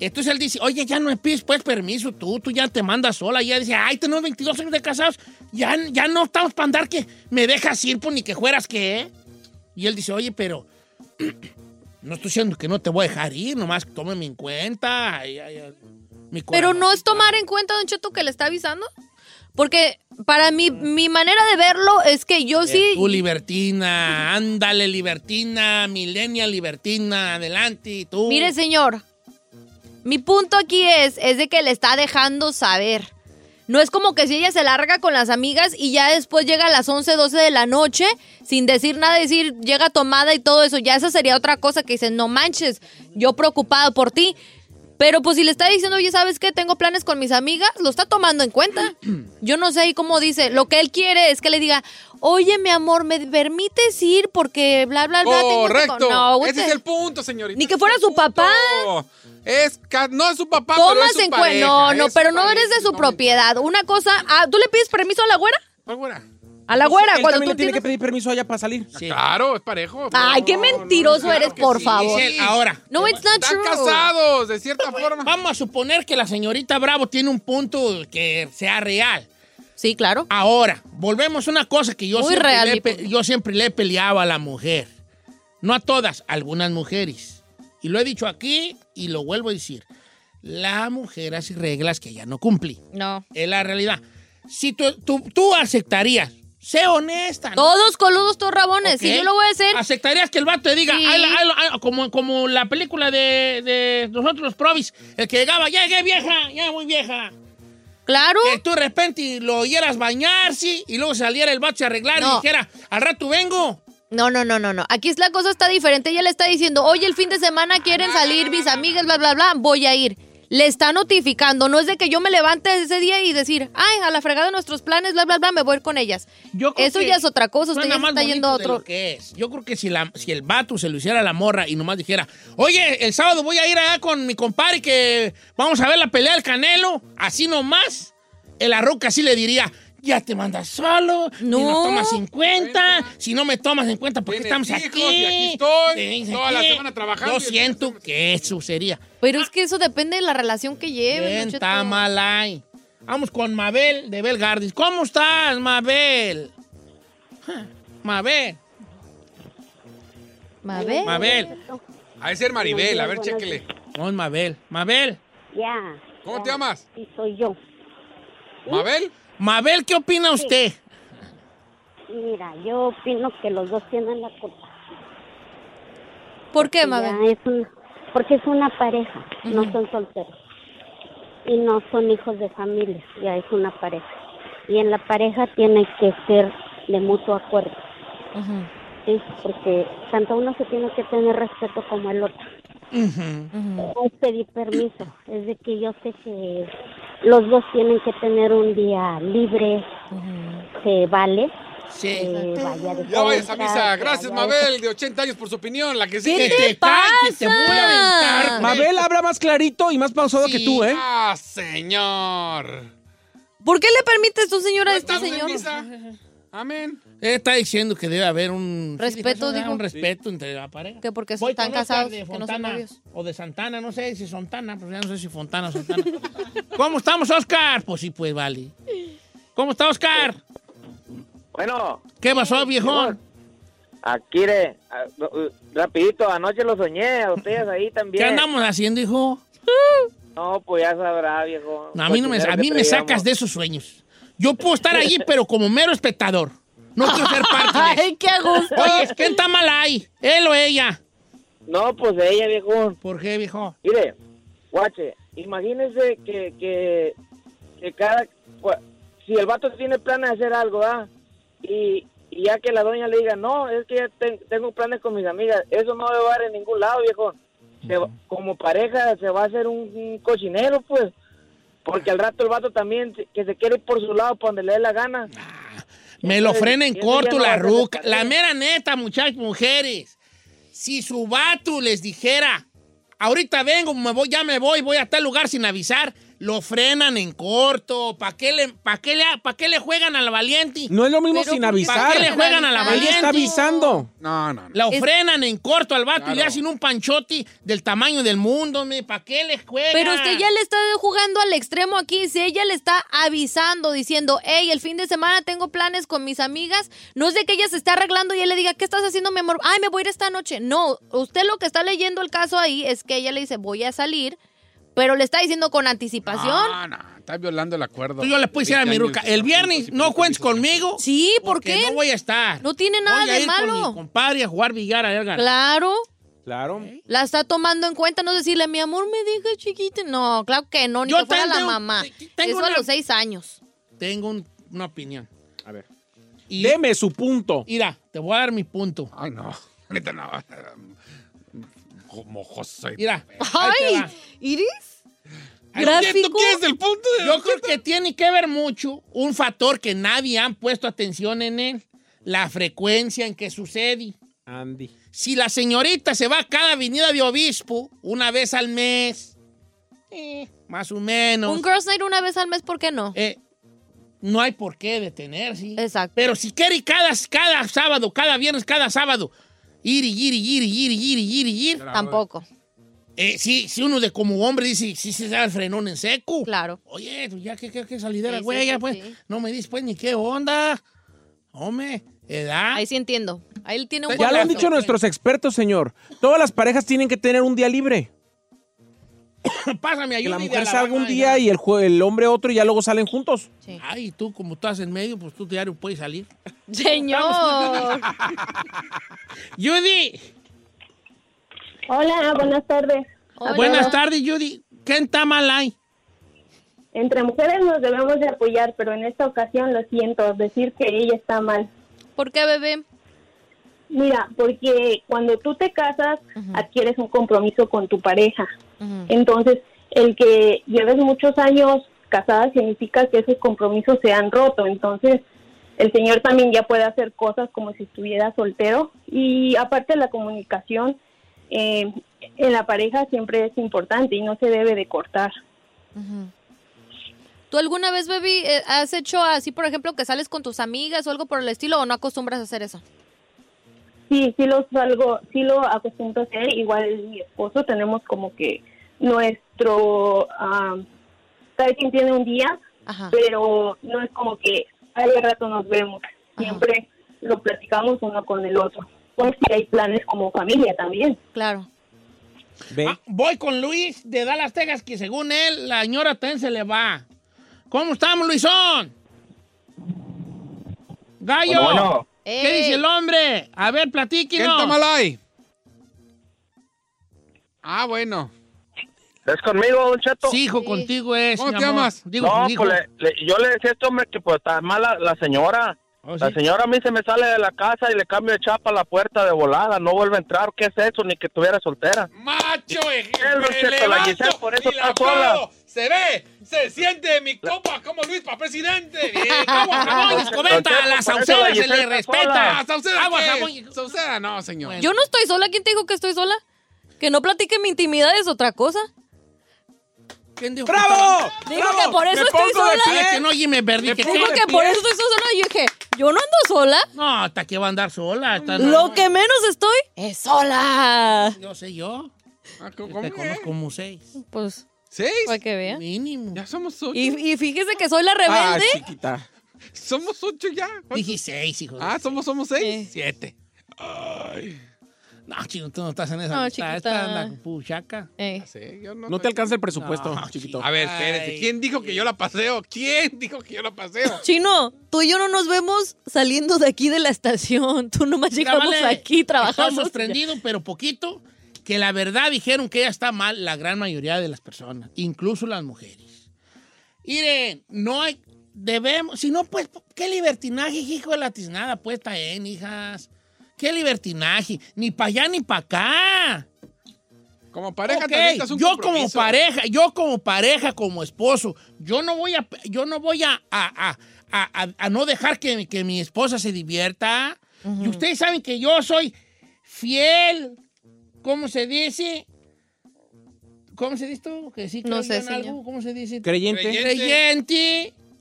[SPEAKER 5] Entonces él dice, oye, ya no me pides pues permiso tú, tú ya te mandas sola. Y ella dice, ay, tenemos 22 años de casados, ya, ya no estamos para andar que me dejas ir, pues ni que fueras que... Y él dice, oye, pero [clears throat] no estoy diciendo que no te voy a dejar ir, nomás tómeme en cuenta. ay, ay, ay, mi
[SPEAKER 3] Pero
[SPEAKER 5] corazón".
[SPEAKER 3] no es tomar en cuenta, Don Cheto, que le está avisando. Porque para mí, mi manera de verlo es que yo
[SPEAKER 5] Eh, Tú
[SPEAKER 3] Oh, sí.
[SPEAKER 5] libertina, ándale libertina, milenia libertina, adelante, tú.
[SPEAKER 3] Mire, señor. Mi punto aquí es, es de que le está dejando saber. No es como que si ella se larga con las amigas y ya después llega a las 11, 12 de la noche sin decir nada, decir llega tomada y todo eso. Ya esa sería otra cosa que dicen, no manches, yo preocupado por ti. Pero pues si le está diciendo, oye, ¿sabes qué? Tengo planes con mis amigas, lo está tomando en
[SPEAKER 4] [clears throat]
[SPEAKER 3] cuenta. Yo no sé ahí cómo dice. Lo que él quiere es que le diga, oye, mi amor, ¿me permites ir? Porque bla, bla, bla. tengo que con-".
[SPEAKER 4] Correcto.
[SPEAKER 3] No, güey,
[SPEAKER 4] Ese
[SPEAKER 3] te-
[SPEAKER 4] es el punto, señorita.
[SPEAKER 3] Ni que
[SPEAKER 4] Ese
[SPEAKER 3] fuera
[SPEAKER 4] es el
[SPEAKER 3] su papá.
[SPEAKER 4] punto. Es, ca- no es su papá, pero es
[SPEAKER 3] Tomas
[SPEAKER 4] su
[SPEAKER 3] en cuenta.
[SPEAKER 4] pareja,
[SPEAKER 3] No, no,
[SPEAKER 4] es su
[SPEAKER 3] pero no
[SPEAKER 4] pareja,
[SPEAKER 3] eres de su
[SPEAKER 4] no me-
[SPEAKER 3] propiedad. Una cosa. ah, ¿Tú le pides permiso a la güera?
[SPEAKER 4] Ah, güera.
[SPEAKER 3] A la güera,
[SPEAKER 6] él
[SPEAKER 3] cuando
[SPEAKER 6] también
[SPEAKER 3] tú
[SPEAKER 6] le tiene
[SPEAKER 3] tienes.
[SPEAKER 6] que pedir permiso a ella para salir.
[SPEAKER 5] Sí.
[SPEAKER 4] Claro, es parejo.
[SPEAKER 3] Ay, qué mentiroso eres, por favor.
[SPEAKER 5] Dice él, ahora,
[SPEAKER 3] No, it's not
[SPEAKER 4] Están
[SPEAKER 3] true.
[SPEAKER 4] casados, de cierta forma.
[SPEAKER 5] vamos a suponer que la señorita Bravo tiene un punto que sea real.
[SPEAKER 3] Sí, claro.
[SPEAKER 5] Ahora, volvemos a una cosa que yo
[SPEAKER 3] Muy
[SPEAKER 5] siempre,
[SPEAKER 3] real,
[SPEAKER 5] le,
[SPEAKER 3] mi
[SPEAKER 5] pe-
[SPEAKER 3] punto.
[SPEAKER 5] yo siempre le he peleado a la mujer. No a todas, a algunas mujeres. Y lo he dicho aquí y lo vuelvo a decir. La mujer hace reglas que ella no cumple.
[SPEAKER 3] No.
[SPEAKER 5] Es la realidad. Si tú, tú, tú aceptarías, sé honesta. ¿no?
[SPEAKER 3] Todos coludos, todos rabones.
[SPEAKER 5] Ok.
[SPEAKER 3] Si yo lo voy a hacer.
[SPEAKER 5] ¿Aceptarías que el vato te diga,
[SPEAKER 3] Sí.
[SPEAKER 5] "Ay, la- ay, la- ay", como, como la película de, de nosotros los probis, el que llegaba, ya llegué vieja, ya muy vieja.
[SPEAKER 3] Claro.
[SPEAKER 5] Que tú de repente lo oyeras bañarse y luego saliera el vato se arreglar y
[SPEAKER 3] No.
[SPEAKER 5] dijera, al rato vengo.
[SPEAKER 3] No, no, no, no, no. Aquí es la cosa está diferente. Ella le está diciendo, oye, el fin de semana quieren salir mis amigas, bla, bla, bla. Voy a ir. Le está notificando. No es de que yo me levante ese día y decir, ay, a la fregada de nuestros planes, bla, bla, bla, me voy a ir con ellas.
[SPEAKER 5] Yo creo
[SPEAKER 3] Eso
[SPEAKER 5] que
[SPEAKER 3] ya es otra cosa. Usted ya
[SPEAKER 5] suena
[SPEAKER 3] se
[SPEAKER 5] más
[SPEAKER 3] está
[SPEAKER 5] bonito
[SPEAKER 3] yendo a
[SPEAKER 5] de
[SPEAKER 3] otro.
[SPEAKER 5] lo que es. Yo creo que si, la, si el vato se lo hiciera a la morra y nomás dijera, oye, el sábado voy a ir allá con mi compadre que vamos a ver la pelea del Canelo, así nomás, el arroca así le diría, ya te mandas solo,
[SPEAKER 3] No.
[SPEAKER 5] no, no tomas en cuenta, si no me tomas en cuenta, ¿por qué
[SPEAKER 4] Tienes
[SPEAKER 5] estamos aquí?
[SPEAKER 4] hijos y aquí estoy,
[SPEAKER 5] Tienes
[SPEAKER 4] toda la semana trabajando
[SPEAKER 5] Yo
[SPEAKER 4] y-
[SPEAKER 5] siento que eso sería.
[SPEAKER 3] Pero es que eso depende de la relación que lleve.
[SPEAKER 5] Bien, está mal ahí. Vamos con Mabel de Belgardis. ¿Cómo estás, Mabel? Ja, Mabel,
[SPEAKER 3] A ver.
[SPEAKER 5] Mabel.
[SPEAKER 4] A ese es Maribel, a ver, chéquele.
[SPEAKER 5] No, es Mabel. Mabel.
[SPEAKER 8] Ya.
[SPEAKER 4] ¿Cómo
[SPEAKER 8] ya.
[SPEAKER 4] te llamas?
[SPEAKER 8] Sí, soy yo.
[SPEAKER 4] ¿Mabel?
[SPEAKER 5] Mabel, ¿qué opina usted?
[SPEAKER 8] Mira, yo opino que los dos tienen la culpa.
[SPEAKER 3] ¿Por qué,
[SPEAKER 8] Ya
[SPEAKER 3] Mabel?
[SPEAKER 8] es una- porque es una pareja, no son solteros. Y no son hijos de familia, ya es una pareja. Y en la pareja tiene que ser de mutuo acuerdo,
[SPEAKER 3] Ujú,
[SPEAKER 8] ¿sí? Porque tanto uno se tiene que tener respeto como el otro.
[SPEAKER 3] ujú.
[SPEAKER 8] No es pedir permiso, es de que yo sé que los dos tienen que tener un día libre, se vale,
[SPEAKER 5] Sí.
[SPEAKER 6] Mm,
[SPEAKER 8] que vaya de
[SPEAKER 4] Ya vayas a
[SPEAKER 8] compras,
[SPEAKER 4] misa.
[SPEAKER 8] que
[SPEAKER 4] Gracias,
[SPEAKER 8] vaya de
[SPEAKER 4] Mabel, de 80 años por su opinión. La que
[SPEAKER 5] Que
[SPEAKER 4] sigue.
[SPEAKER 5] te calles, te voy a aventar.
[SPEAKER 6] Mabel habla más clarito y más pausado que tú, ¿eh?
[SPEAKER 4] Ah, señor.
[SPEAKER 3] ¿Por qué le permites tú, señora, a este
[SPEAKER 4] Estamos en
[SPEAKER 3] señor?
[SPEAKER 4] misa. Amén.
[SPEAKER 5] Él está diciendo que debe haber un ¿sí dijo
[SPEAKER 3] Respeto,
[SPEAKER 5] eso, verdad?
[SPEAKER 3] dijo.
[SPEAKER 5] un respeto entre la pareja.
[SPEAKER 3] Que porque
[SPEAKER 5] Voy
[SPEAKER 3] están
[SPEAKER 5] con Oscar
[SPEAKER 3] casados,
[SPEAKER 5] de
[SPEAKER 3] que no son
[SPEAKER 5] Fontana,
[SPEAKER 3] novios.
[SPEAKER 5] o de Santana, no sé si Fontana, pues ya no sé si Fontana o Santana. [laughs] ¿Cómo estamos, Oscar? Pues sí, pues vale. ¿Cómo está, Oscar?
[SPEAKER 9] Bueno,
[SPEAKER 5] ¿Qué pasó, viejón?
[SPEAKER 9] aquí de, a- u- rapidito, anoche lo soñé, a ustedes ahí
[SPEAKER 5] ¿Qué
[SPEAKER 9] también.
[SPEAKER 5] andamos haciendo, hijo?
[SPEAKER 9] No, pues ya sabrá, viejo.
[SPEAKER 5] No, a mí, no me, a mí me sacas de esos sueños. Yo puedo estar allí, pero como mero espectador. No quiero ser parte de eso.
[SPEAKER 3] Ay, qué a gusto.
[SPEAKER 5] Oye, ¿quién está mal ahí? ¿Él o ella?
[SPEAKER 9] No, pues ella, viejo.
[SPEAKER 5] ¿Por qué, viejo?
[SPEAKER 9] Mire, guache, imagínese que, que, que cada... cua- Si el vato tiene planes de hacer algo, ¿ah? Y, y ya que la doña le diga, no, es que ya ten- tengo planes con mis amigas, eso no va a llevar en ningún lado, viejo. Se va- como pareja se va a hacer un, un cochinero, pues. Porque al rato el vato también se- que se quiere ir por su lado, para donde le dé la gana.
[SPEAKER 5] Me lo frena en
[SPEAKER 9] Eso ya
[SPEAKER 5] corto
[SPEAKER 9] no va
[SPEAKER 5] la
[SPEAKER 9] a ser
[SPEAKER 5] ruca.
[SPEAKER 9] parte.
[SPEAKER 5] La mera neta, muchachos, mujeres. Si su vato les dijera, ahorita vengo, me voy, ya me voy, voy a tal lugar sin avisar, Lo frenan en corto. ¿Para qué, le, pa qué, le, pa qué le juegan a la valiente?
[SPEAKER 6] No es lo mismo
[SPEAKER 5] Pero
[SPEAKER 6] sin
[SPEAKER 5] ¿por qué?
[SPEAKER 6] avisar.
[SPEAKER 5] ¿Para qué le juegan a la
[SPEAKER 6] Él está
[SPEAKER 5] valiente?
[SPEAKER 6] avisando.
[SPEAKER 4] No, no, no.
[SPEAKER 5] La ofrenan en corto al vato y le hacen un panchote del tamaño del mundo, ¿Para qué les juegan?
[SPEAKER 3] Pero usted ya le está jugando al extremo aquí. Si ella le está avisando, diciendo, hey, el fin de semana tengo planes con mis amigas, no es de que ella se está arreglando y él le diga, ¿qué estás haciendo, mi amor? Ay, me voy a ir esta noche. No, usted lo que está leyendo el caso ahí es que ella le dice, voy a salir, pero le está diciendo con anticipación.
[SPEAKER 5] Ah.
[SPEAKER 4] No, no, está violando el acuerdo.
[SPEAKER 5] Tú yo le puedo decir a mi ruca, el viernes no cuentes conmigo.
[SPEAKER 3] Sí, ¿por
[SPEAKER 5] porque
[SPEAKER 3] qué?
[SPEAKER 5] No voy a estar.
[SPEAKER 3] No tiene nada
[SPEAKER 5] voy a
[SPEAKER 3] de
[SPEAKER 5] ir Con mi
[SPEAKER 3] malo.
[SPEAKER 5] compadre a jugar billar a Edgar.
[SPEAKER 3] Claro,
[SPEAKER 6] Claro.
[SPEAKER 5] ¿Eh?
[SPEAKER 3] la está tomando en cuenta, no decirle, mi amor, me diga chiquita. No, claro que no, ni
[SPEAKER 5] Yo
[SPEAKER 3] que fuera la
[SPEAKER 5] tengo-
[SPEAKER 3] mamá.
[SPEAKER 5] tengo
[SPEAKER 3] Eso a
[SPEAKER 5] una-
[SPEAKER 3] los seis años.
[SPEAKER 5] Tengo un- una opinión.
[SPEAKER 6] A ver.
[SPEAKER 5] Y,
[SPEAKER 6] Deme su punto.
[SPEAKER 5] Mira, te voy a dar mi punto.
[SPEAKER 4] Ay, no. [laughs] Neta, no. Como José.
[SPEAKER 5] Mira. ahí te
[SPEAKER 3] Ay,
[SPEAKER 5] va.
[SPEAKER 3] Iris.
[SPEAKER 5] Ay, ¿tú qué- tú
[SPEAKER 3] Gráfico.
[SPEAKER 5] qué es
[SPEAKER 4] el punto de.?
[SPEAKER 5] Yo creo que tiene que ver mucho un factor que nadie han puesto atención en él, la frecuencia en que sucede.
[SPEAKER 6] Andy.
[SPEAKER 5] Si la señorita se va a cada avenida de obispo una vez al mes, eh, más o menos,
[SPEAKER 3] Un girls night una vez al mes, ¿por qué no?
[SPEAKER 5] eh, no hay por qué detenerse.
[SPEAKER 3] Exacto.
[SPEAKER 5] Pero si quiere ir cada, cada sábado, cada viernes, cada sábado, ir y ir y ir y ir y ir y ir, y ir,
[SPEAKER 3] Tampoco,
[SPEAKER 5] eh, sí, si uno de como hombre dice, sí se da el frenón en seco.
[SPEAKER 3] claro.
[SPEAKER 5] Oye, pues ya que, que, que salidera,
[SPEAKER 3] Sí,
[SPEAKER 5] güey,
[SPEAKER 3] sí,
[SPEAKER 5] ya
[SPEAKER 3] sí,
[SPEAKER 5] pues.
[SPEAKER 3] sí.
[SPEAKER 5] No me dices pues ni qué onda. Hombre, edad.
[SPEAKER 3] Ahí sí entiendo. Ahí tiene un
[SPEAKER 5] Ah. Ya
[SPEAKER 3] buen
[SPEAKER 6] Ya lo han
[SPEAKER 3] punto.
[SPEAKER 6] dicho nuestros expertos, señor. Todas las parejas tienen que tener un día libre.
[SPEAKER 5] [laughs] Pásame ahí
[SPEAKER 6] Que la
[SPEAKER 5] una y de
[SPEAKER 6] mujer salga un
[SPEAKER 5] Alabama,
[SPEAKER 6] día y el, jue- el hombre otro y ya luego salen juntos.
[SPEAKER 3] Sí.
[SPEAKER 5] Ay, tú como estás en medio, pues tú diario puedes salir. [laughs]
[SPEAKER 3] Señor.
[SPEAKER 5] Judy,
[SPEAKER 8] Hola, buenas tardes.
[SPEAKER 3] Hola.
[SPEAKER 5] buenas tardes, Judy. ¿Qué está mal ahí?
[SPEAKER 8] Entre mujeres nos debemos de apoyar, pero en esta ocasión lo siento, decir que ella está mal.
[SPEAKER 3] ¿Por qué, bebé?
[SPEAKER 8] Mira, porque cuando tú te casas, adquieres un compromiso con tu pareja. Entonces, el que lleves muchos años casada significa que esos compromisos se han roto. Entonces, el señor también ya puede hacer cosas como si estuviera soltero. Y aparte, la comunicación eh, en la pareja siempre es importante y no se debe de cortar.
[SPEAKER 3] ¿Tú alguna vez, bebé, eh, has hecho así, por ejemplo, que sales con tus amigas o algo por el estilo o no acostumbras a hacer eso?
[SPEAKER 8] Sí, sí lo salgo, sí lo acostumbro a hacer. Igual mi esposo tenemos como que nuestro, ah, cada quien tiene un día,
[SPEAKER 3] Ajá.
[SPEAKER 8] pero no es como que al rato nos vemos. Siempre lo platicamos uno con el otro. Porque hay planes como familia también.
[SPEAKER 3] Claro.
[SPEAKER 9] ¿Eh?
[SPEAKER 6] Ve.
[SPEAKER 5] Ah, voy con Luis de Dallas, Texas, que según él, la señora también se le va. ¿Cómo estamos, Luisón? Gallo,
[SPEAKER 9] Bueno,
[SPEAKER 5] ¿qué
[SPEAKER 3] Ey.
[SPEAKER 5] dice el hombre? A ver,
[SPEAKER 4] ¿Qué
[SPEAKER 5] platíquenos.
[SPEAKER 4] está mal ahí? Ah, bueno.
[SPEAKER 9] ¿es conmigo, Don Cheto?
[SPEAKER 5] Sí, hijo,
[SPEAKER 3] Sí.
[SPEAKER 5] contigo es.
[SPEAKER 4] ¿Cómo
[SPEAKER 5] mi
[SPEAKER 4] te
[SPEAKER 5] amor.
[SPEAKER 4] llamas?
[SPEAKER 5] Digo,
[SPEAKER 9] No,
[SPEAKER 5] hijo.
[SPEAKER 9] pues le- le- yo le decía a este hombre que pues está mala la señora.
[SPEAKER 5] Oh,
[SPEAKER 9] La
[SPEAKER 5] sí.
[SPEAKER 9] señora a mí se me sale de la casa y le cambio de chapa a la puerta de volada. No vuelve a entrar. ¿Qué es eso? Ni que estuviera soltera.
[SPEAKER 4] Macho,
[SPEAKER 9] Don Cheto, la Giselle por eso está sola.
[SPEAKER 4] Se ve, se siente mi copa como Luis para presidente. [laughs] Bien, ¿cómo,
[SPEAKER 9] [laughs]
[SPEAKER 5] Ramón
[SPEAKER 4] Ramón?
[SPEAKER 5] Escobeta,
[SPEAKER 9] Don Cheto,
[SPEAKER 5] a
[SPEAKER 9] por
[SPEAKER 5] la
[SPEAKER 9] eso
[SPEAKER 5] sauceda
[SPEAKER 9] la
[SPEAKER 5] se
[SPEAKER 9] Giselle
[SPEAKER 5] le
[SPEAKER 9] está
[SPEAKER 5] respeta.
[SPEAKER 9] sola.
[SPEAKER 4] Sauceda,
[SPEAKER 5] Aguas,
[SPEAKER 4] ¿qué?
[SPEAKER 5] Ramón.
[SPEAKER 4] Sauceda, no, señor.
[SPEAKER 5] Bueno.
[SPEAKER 3] Yo no estoy sola. ¿Quién te dijo que estoy sola? Que no platique mi intimidad es otra cosa.
[SPEAKER 5] ¿Quién dijo que
[SPEAKER 6] ¡Bravo!
[SPEAKER 3] Digo
[SPEAKER 6] ¡Bravo!
[SPEAKER 3] que por eso
[SPEAKER 6] Me
[SPEAKER 3] estoy
[SPEAKER 6] pongo de
[SPEAKER 3] sola.
[SPEAKER 5] estaba-
[SPEAKER 6] pie.
[SPEAKER 5] Es que no, oye, me perdí.
[SPEAKER 6] Me
[SPEAKER 5] ¿Qué-
[SPEAKER 6] pongo
[SPEAKER 3] Digo
[SPEAKER 6] de
[SPEAKER 3] ¿Eh? que
[SPEAKER 6] pie.
[SPEAKER 3] por eso estoy sola. Yo dije, yo no ando sola.
[SPEAKER 5] No, hasta que va a andar sola. hasta no-
[SPEAKER 3] Lo que menos estoy es sola.
[SPEAKER 5] Yo sé yo.
[SPEAKER 4] Ah,
[SPEAKER 5] Yo Te conozco como seis.
[SPEAKER 3] Pues,
[SPEAKER 4] ¿Seis?
[SPEAKER 3] para que vean.
[SPEAKER 5] Mínimo.
[SPEAKER 4] Ya somos ocho.
[SPEAKER 3] Y, y fíjese que soy la
[SPEAKER 6] Ah,
[SPEAKER 3] rebelde.
[SPEAKER 6] chiquita.
[SPEAKER 4] Somos ocho ya. ¿Cuántos?
[SPEAKER 5] Dije seis, hijo. de-
[SPEAKER 4] Ah, somos, somos seis.
[SPEAKER 3] Eh,
[SPEAKER 5] Siete. Ay. No, chico, tú no estás en esa.
[SPEAKER 3] No,
[SPEAKER 5] amistad.
[SPEAKER 3] chiquita.
[SPEAKER 5] Esta anda puchaca.
[SPEAKER 6] Ah,
[SPEAKER 3] Ey.
[SPEAKER 4] Sí, yo
[SPEAKER 6] No te alcanza el presupuesto,
[SPEAKER 5] No,
[SPEAKER 6] chiquito.
[SPEAKER 4] A ver, espérense.
[SPEAKER 5] Ay.
[SPEAKER 4] ¿Quién dijo que yo la paseo? ¿Quién dijo que yo la paseo?
[SPEAKER 3] Chino, tú y yo no nos vemos saliendo de aquí de la estación. Tú nomás
[SPEAKER 5] Mira,
[SPEAKER 3] llegamos
[SPEAKER 5] vale,
[SPEAKER 3] aquí, trabajamos.
[SPEAKER 5] Estamos prendidos, pero poquito. Que la verdad dijeron que ella está mal, la gran mayoría de las personas, incluso las mujeres. Miren, no hay. Debemos. Si no, pues, qué libertinaje, hijo de la tiznada, pues, está en, hijas. Qué libertinaje. Ni para allá ni para acá.
[SPEAKER 4] Como pareja
[SPEAKER 5] Ok,
[SPEAKER 4] te necesitas un
[SPEAKER 5] yo como
[SPEAKER 4] compromiso.
[SPEAKER 5] pareja, yo como pareja, como esposo, yo no voy a, yo no voy a, a- a- a- a- a no dejar que, que mi esposa se divierta. Y ustedes saben que yo soy fiel, ¿cómo se dice? ¿Cómo se dice esto? Que sí
[SPEAKER 3] No
[SPEAKER 5] creía
[SPEAKER 3] sé,
[SPEAKER 5] en algo,
[SPEAKER 3] señor.
[SPEAKER 5] ¿Cómo se dice?
[SPEAKER 6] Creyente.
[SPEAKER 5] Creyente.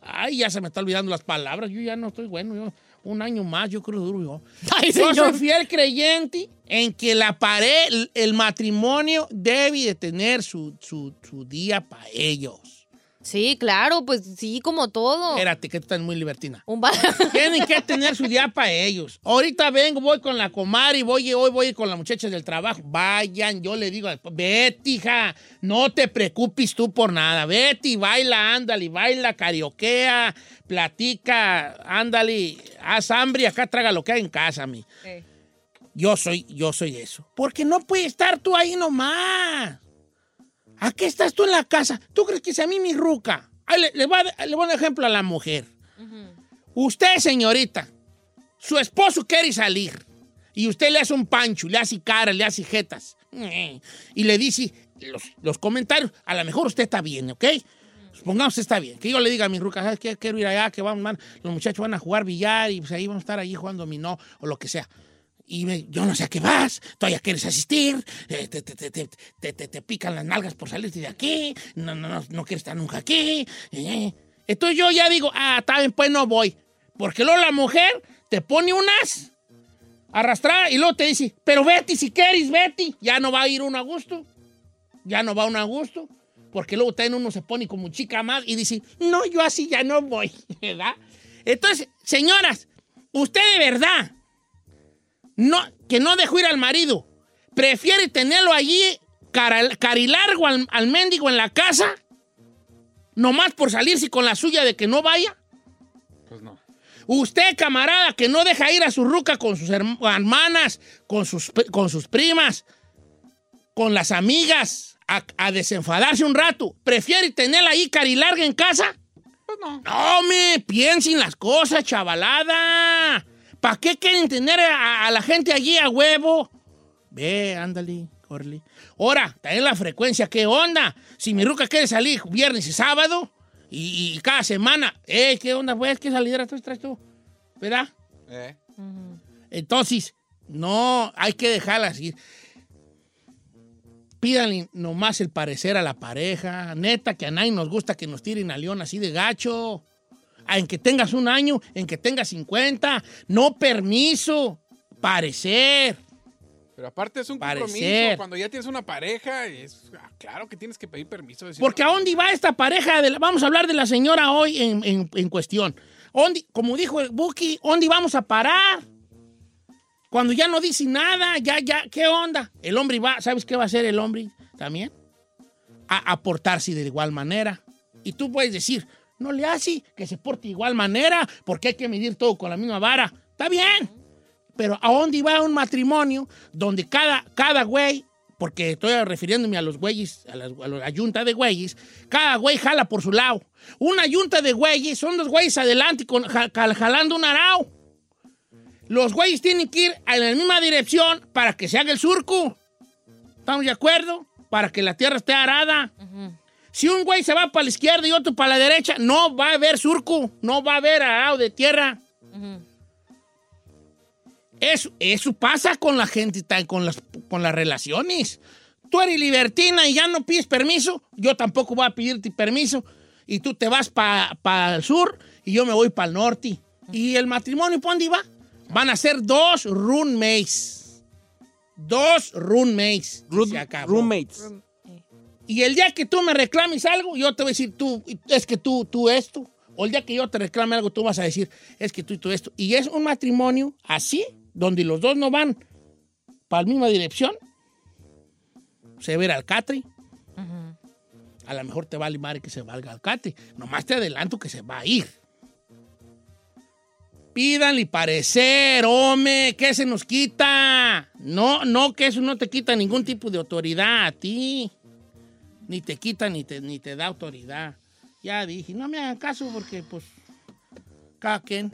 [SPEAKER 5] Ay, ya se me está olvidando las palabras. Yo ya no estoy bueno. Yo, un año más, yo creo duro yo.
[SPEAKER 3] [laughs] Ay,
[SPEAKER 5] Yo soy
[SPEAKER 3] señor.
[SPEAKER 5] fiel creyente en que la pared, el- el matrimonio debe de tener su, su, su día para ellos.
[SPEAKER 3] Sí, claro, pues sí, como todo.
[SPEAKER 5] Espérate, que tú estás muy libertina.
[SPEAKER 3] Un ba-
[SPEAKER 5] Tienen que tener su día para ellos. Ahorita vengo, voy con la comar y voy hoy voy con la muchacha del trabajo. Vayan, yo le digo, vete, hija, no te preocupes tú por nada. Vete y baila, ándale, baila, carioquea, platica, ándale, haz hambre y acá traga lo que hay en casa, mi.
[SPEAKER 3] Sí.
[SPEAKER 5] Yo soy, yo soy eso. Porque no puedes estar tú ahí nomás. ¿A qué estás tú en la casa? ¿Tú crees que sea a mí mi ruca? Ahí le, le voy a, dar- le voy a dar ejemplo a la mujer. Usted, señorita, su esposo quiere salir y usted le hace un pancho, le hace cara, le hace jetas [laughs] y le dice los, los comentarios. A lo mejor usted está bien, ¿ok? Supongamos que está bien. Que yo le diga a mi ruca, ¿sabes qué? Quiero ir allá, que vamos, man, los muchachos van a jugar billar y pues ahí vamos a estar ahí jugando dominó o lo que sea. Y me- yo no sé a qué vas, todavía quieres asistir, eh, te, te, te- te- te- te- te pican las nalgas por salirte de aquí, no, no, no, no quieres estar nunca aquí. eh. Entonces yo ya digo, ah, está bien, pues no voy. Porque luego la mujer te pone unas arrastrada y luego te dice, pero vete si quieres, vete. Ya no va a ir uno a gusto, ya no va uno a gusto. Porque luego también uno se pone como chica más y dice, no, yo así ya no voy, [laughs] ¿verdad? Entonces, señoras, usted de verdad no, que no dejó ir al marido. Prefiere tenerlo allí cara- carilargo al, al mendigo en la casa, nomás por salirse con la suya de que no vaya.
[SPEAKER 4] Pues no.
[SPEAKER 5] Usted, camarada, que no deja ir a su ruca con sus herm- hermanas, con sus, pri- con sus primas, con las amigas, a, a desenfadarse un rato, ¿prefiere tenerla ahí carilarga en casa?
[SPEAKER 4] Pues no.
[SPEAKER 5] No, me piensen las cosas, chavalada. ¿Para qué quieren tener a, a la gente allí a huevo? Ve, ándale, Corley. Ahora, también la frecuencia, ¿qué onda? Si mi ruca quiere salir viernes y sábado, y, y cada semana, eh, ¿qué onda, pues? ¿Qué salidera tú traes tú? ¿Verdad?
[SPEAKER 4] Eh.
[SPEAKER 5] Entonces, no, hay que dejarlas ir. Pídanle nomás el parecer a la pareja. Neta, que a nadie nos gusta que nos tiren a león así de gacho. En que tengas un año, en que tengas 50. No permiso. Parecer.
[SPEAKER 4] Pero aparte es un
[SPEAKER 5] Parecer.
[SPEAKER 4] compromiso. Cuando ya tienes una pareja, es ah, claro que tienes que pedir permiso. decir,
[SPEAKER 5] Porque a dónde va esta pareja, de la- vamos a hablar de la señora hoy en, en- en cuestión. ¿Dónde- como dijo el Buki, ¿dónde vamos a parar? Cuando ya no dice nada, ya, ya, ¿qué onda? El hombre va, ¿sabes qué va a hacer el hombre también? A, a portarse de igual manera. Y tú puedes decir, no le hace que se porte de igual manera, porque hay que medir todo con la misma vara. Está bien. Pero ¿a dónde va un matrimonio donde cada, cada güey, porque estoy refiriéndome a los güeyes, a, las- a la yunta de güeyes, cada güey jala por su lado. Una yunta de güeyes son los güeyes adelante con, ja- cal- jalando un arao. Los güeyes tienen que ir en la misma dirección para que se haga el surco. ¿Estamos de acuerdo? Para que la tierra esté arada. Si un güey se va para la izquierda y otro para la derecha, no va a haber surco, no va a haber arao de tierra. Eso, eso pasa con la gente, tan- con las, con las relaciones. Tú eres libertina y ya no pides permiso, yo tampoco voy a pedirte permiso. Y tú te vas para el sur y yo me voy para el norte. ¿Y el matrimonio para dónde va? Van a ser dos roommates. Dos roommates. y se
[SPEAKER 6] Rood-
[SPEAKER 5] acabó.
[SPEAKER 6] roommates.
[SPEAKER 5] Y el día que tú me reclames algo, yo te voy a decir, tú, es que tú, tú esto. O el día que yo te reclame algo, tú vas a decir, es que tú y tú esto. Y es un matrimonio así, donde los dos no van para la misma dirección. Se verá al catre. A lo mejor te vale madre que se valga al catre. Nomás te adelanto que se va a ir. Pídanle parecer, hombre, que se nos quita. No, no, que eso no te quita ningún tipo de autoridad a ti ni te quita ni te, ni te da autoridad. Ya dije, no me hagan caso porque pues cada quien.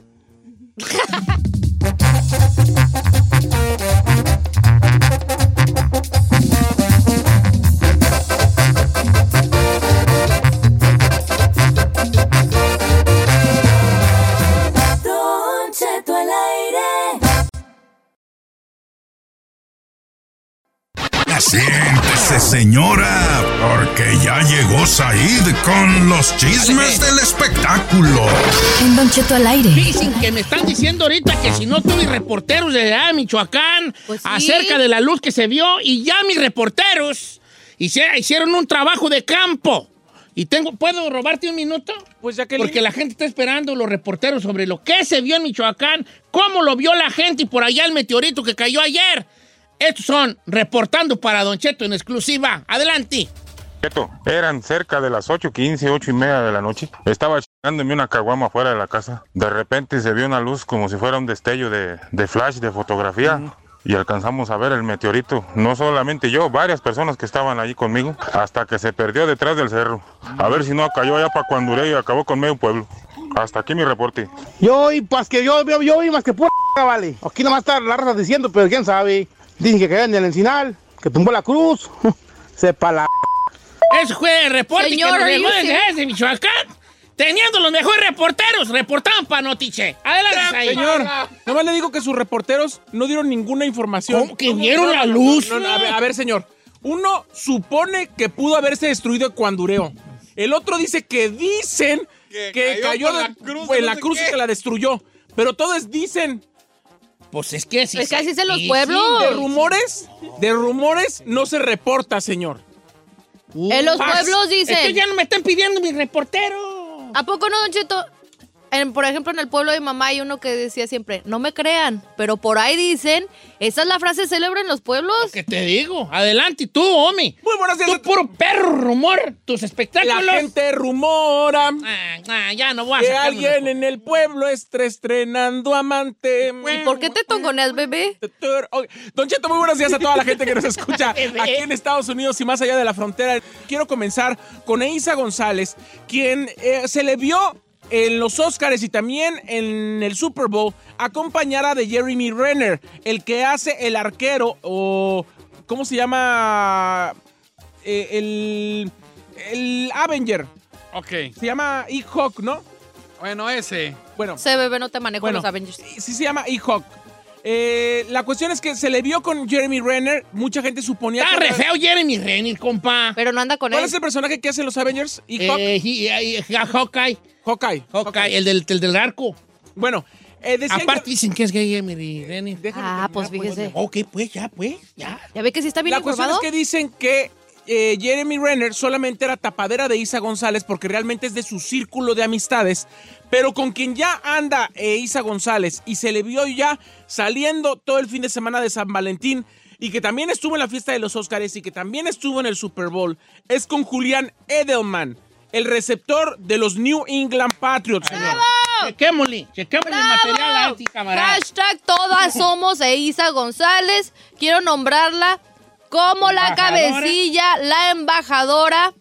[SPEAKER 7] Don Cheto al aire.
[SPEAKER 10] Siéntese, señora, porque ya llegó Said con los chismes del espectáculo.
[SPEAKER 5] En Don Cheto al aire. Dicen que me están diciendo ahorita que si no tuve reporteros de ah, Michoacán acerca de la luz que se vio y ya mis reporteros hice- hicieron un trabajo de campo. Y tengo, ¿puedo robarte un minuto? Pues ya que Porque la gente está esperando los reporteros sobre lo que se vio en Michoacán, cómo lo vio la gente y por allá el meteorito que cayó ayer. Estos son reportando para Don Cheto en exclusiva. Adelante.
[SPEAKER 11] Cheto, eran cerca de las 8.15, 8 y media de la noche. Estaba chingándome una caguama afuera de la casa. De repente se vio una luz como si fuera un destello de, de flash, de fotografía.
[SPEAKER 5] Mm.
[SPEAKER 11] Y alcanzamos a ver el meteorito. No solamente yo, varias personas que estaban allí conmigo. Hasta que se perdió detrás del cerro. A ver si no cayó allá para Cuanduré y acabó con medio pueblo. Hasta aquí mi reporte.
[SPEAKER 12] Yo y pues que yo, yo, yo y más que pura vale. Aquí nomás está la raza diciendo, pero quién sabe. Dicen que caen en el encinal, que tumbó la cruz. Sepa la.
[SPEAKER 5] Eso fue el reporte
[SPEAKER 3] Señor,
[SPEAKER 5] que nos dejó
[SPEAKER 3] are you
[SPEAKER 5] desde-
[SPEAKER 3] serious?
[SPEAKER 5] desde Michoacán. Teniendo los mejores reporteros, reportaban para Notiche. Adelante, Said.
[SPEAKER 6] Señor, nomás le digo que sus reporteros no dieron ninguna información.
[SPEAKER 5] ¿Cómo que dieron la luz?
[SPEAKER 6] no, no, a, ver, a ver, señor. Uno supone que pudo haberse destruido el cuandureo. El otro dice que dicen que, cayó,
[SPEAKER 5] con
[SPEAKER 6] de-
[SPEAKER 5] la
[SPEAKER 6] en
[SPEAKER 5] cruz,
[SPEAKER 6] la cruz,
[SPEAKER 5] no sé qué.
[SPEAKER 6] y que la destruyó. Pero todos dicen.
[SPEAKER 5] Pues es que sí.
[SPEAKER 3] Es que así se- es en los sí, pueblos. sí.
[SPEAKER 6] de rumores, de rumores no se reporta, señor.
[SPEAKER 5] Uh,
[SPEAKER 3] En los pueblos dicen.
[SPEAKER 6] Es que ya
[SPEAKER 5] no me están pidiendo mis reporteros.
[SPEAKER 3] ¿A poco no, Don Cheto? En- por ejemplo, en el pueblo de mi mamá hay uno que decía siempre, no me crean, pero por ahí dicen, esa es la frase célebre en los pueblos.
[SPEAKER 5] Que te digo, adelante tú, homie.
[SPEAKER 6] Muy buenas
[SPEAKER 5] Tú puro perro rumor, tus espectáculos.
[SPEAKER 6] La gente rumora.
[SPEAKER 5] Ah, ya no voy a
[SPEAKER 6] que
[SPEAKER 5] sacar los
[SPEAKER 6] alguien en el pueblo está estrenando amante. ¿Y por qué
[SPEAKER 3] te tongoneas, bebé?
[SPEAKER 6] Don Cheto, muy buenos días a toda la gente que nos escucha aquí en Estados Unidos y más allá de la frontera. Quiero comenzar con Eiza González, quien eh, se le vio en los Oscars y también en el Super Bowl acompañada de Jeremy Renner, el que hace el arquero o... ¿Cómo se llama? Eh, el... El Avenger.
[SPEAKER 4] Ok.
[SPEAKER 6] Se llama E-Hawk, ¿no?
[SPEAKER 4] Bueno, ese.
[SPEAKER 6] Bueno.
[SPEAKER 3] Se bebé no te manejo
[SPEAKER 6] Bueno,
[SPEAKER 3] los Avengers.
[SPEAKER 6] Sí se llama E-Hawk. Eh, la cuestión es que se le vio con Jeremy Renner. Mucha gente suponía
[SPEAKER 5] Está
[SPEAKER 6] que...
[SPEAKER 5] re feo Jeremy Renner, compa.
[SPEAKER 3] Pero no anda con
[SPEAKER 6] ¿Cuál es el personaje que hace los Avengers? E-Hawk.
[SPEAKER 5] Eh, he- he- Hawkeye.
[SPEAKER 6] Hawkeye.
[SPEAKER 5] Hawkeye, el del, el del arco.
[SPEAKER 6] Bueno, eh, decían
[SPEAKER 5] Aparte
[SPEAKER 6] que-
[SPEAKER 5] dicen que es gay Jeremy Renner.
[SPEAKER 3] Ah, pues fíjese.
[SPEAKER 5] Ok, pues ya, pues, ya.
[SPEAKER 3] ¿Ya ve que sí está bien
[SPEAKER 6] la cuestión
[SPEAKER 3] informado?
[SPEAKER 6] es que dicen que eh, Jeremy Renner solamente era tapadera de Isa González porque realmente es de su círculo de amistades. Pero con quien ya anda eh, Isa González y se le vio ya saliendo todo el fin de semana de San Valentín y que también estuvo en la fiesta de los Óscares y que también estuvo en el Super Bowl es con Julián Edelman, el receptor de los New England Patriots. señor.
[SPEAKER 5] Chequémosle, chequémosle el material anti, camarada.
[SPEAKER 3] Hashtag todas somos Eiza González. Quiero nombrarla como la
[SPEAKER 6] Embajadora.
[SPEAKER 3] cabecilla, la embajadora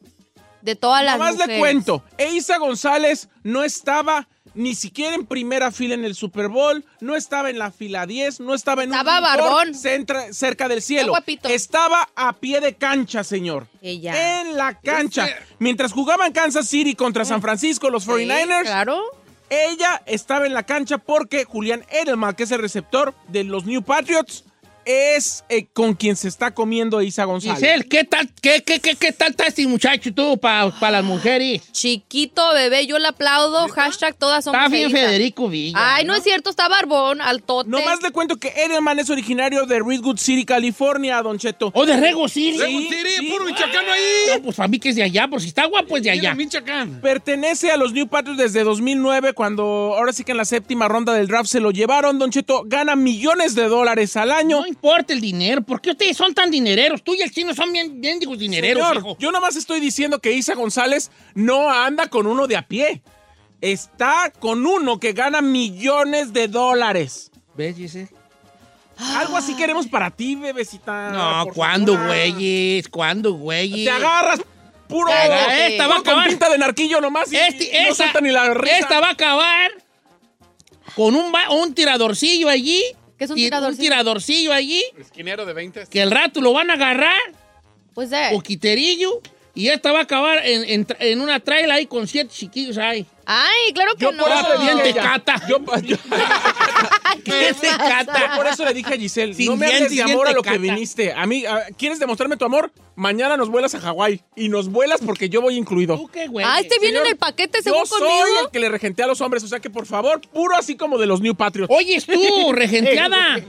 [SPEAKER 3] de todas las
[SPEAKER 6] Más
[SPEAKER 3] mujeres.
[SPEAKER 6] le cuento, Eiza González no estaba ni siquiera en primera fila en el Super Bowl, no estaba en la fila 10, no estaba en
[SPEAKER 3] Estaba
[SPEAKER 6] un rincón
[SPEAKER 3] barbón.
[SPEAKER 6] centra- cerca del cielo.
[SPEAKER 3] guapito.
[SPEAKER 6] Estaba a pie de cancha, señor.
[SPEAKER 3] Ella.
[SPEAKER 6] En la cancha. Mientras jugaban Kansas City contra San Francisco, los 49ers.
[SPEAKER 3] Mm. claro.
[SPEAKER 6] Ella estaba en la cancha porque Julián Edelman, que es el receptor de los New Patriots, es eh, con quien se está comiendo Isa González.
[SPEAKER 5] Giselle, ¿qué tal, qué, qué, qué, qué tal está este muchacho tú para las mujeres?
[SPEAKER 3] Chiquito bebé, yo le aplaudo. Hashtag todas somos
[SPEAKER 5] Está bien
[SPEAKER 3] Eiza.
[SPEAKER 5] Federico Villa.
[SPEAKER 6] Ah.
[SPEAKER 3] Ay, no, es cierto, está barbón, altote.
[SPEAKER 6] Nomás le cuento que Edelman es originario de Redwood City, California, Don Cheto.
[SPEAKER 5] O de Rego City.
[SPEAKER 6] Sí, sí.
[SPEAKER 4] puro michoacano ahí.
[SPEAKER 5] No, pues para mí que es de allá, por si está guapo es de allá.
[SPEAKER 4] Michoacán.
[SPEAKER 6] Pertenece a los New Patriots desde 2009, cuando ahora sí que en la séptima ronda del draft se lo llevaron. Don Cheto gana millones de dólares al año.
[SPEAKER 5] No importa el dinero, ¿por qué ustedes son tan dinereros? Tú y el chino son bien, bien digo, dinereros,
[SPEAKER 6] Señor,
[SPEAKER 5] hijo.
[SPEAKER 6] yo nomás estoy diciendo que Isa González no anda con uno de a pie. Está con uno que gana millones de dólares.
[SPEAKER 5] ¿Ves, Giselle?
[SPEAKER 6] Algo así queremos para ti, bebecita.
[SPEAKER 5] No,
[SPEAKER 6] Por
[SPEAKER 5] ¿cuándo,
[SPEAKER 6] fortuna.
[SPEAKER 5] güeyes? ¿Cuándo, güeyes?
[SPEAKER 6] Te agarras puro,
[SPEAKER 5] Te agarra- esta
[SPEAKER 6] puro
[SPEAKER 5] va a
[SPEAKER 6] con
[SPEAKER 5] acabar.
[SPEAKER 6] pinta de narquillo nomás y
[SPEAKER 5] Este-
[SPEAKER 6] no
[SPEAKER 5] esa-
[SPEAKER 6] suelta ni la risa.
[SPEAKER 5] Esta va a acabar con un, ba- un tiradorcillo allí.
[SPEAKER 3] ¿Qué es un
[SPEAKER 5] y
[SPEAKER 3] tiradorcillo?
[SPEAKER 5] tiradorcillo allí
[SPEAKER 4] Esquinero de 20.
[SPEAKER 5] que el rato lo van a agarrar
[SPEAKER 3] Pues eh,
[SPEAKER 5] o quiterillo y esta va a acabar en, en tra- en una traila ahí con siete chiquillos ahí.
[SPEAKER 3] Ay, claro que
[SPEAKER 6] Yo
[SPEAKER 3] no.
[SPEAKER 6] por eso le dije a ella. Yo, yo- [laughs]
[SPEAKER 5] [laughs]
[SPEAKER 3] ¿Qué
[SPEAKER 6] Te cata. Por eso le dije a Giselle,
[SPEAKER 5] Sin
[SPEAKER 6] no me
[SPEAKER 5] bien,
[SPEAKER 6] hables
[SPEAKER 5] sin
[SPEAKER 6] de
[SPEAKER 5] bien
[SPEAKER 6] amor
[SPEAKER 5] te
[SPEAKER 6] a lo que
[SPEAKER 5] cata.
[SPEAKER 6] viniste. A mí, a- ¿quieres demostrarme tu amor? Mañana nos vuelas a Hawái. Y nos vuelas porque yo voy incluido.
[SPEAKER 3] Ah, este viene en el paquete según
[SPEAKER 6] yo
[SPEAKER 3] conmigo.
[SPEAKER 6] soy el que le regentea a los hombres, o sea que por favor, puro así como de los New Patriots.
[SPEAKER 5] Oye,
[SPEAKER 3] [laughs]
[SPEAKER 5] tú, regenteada.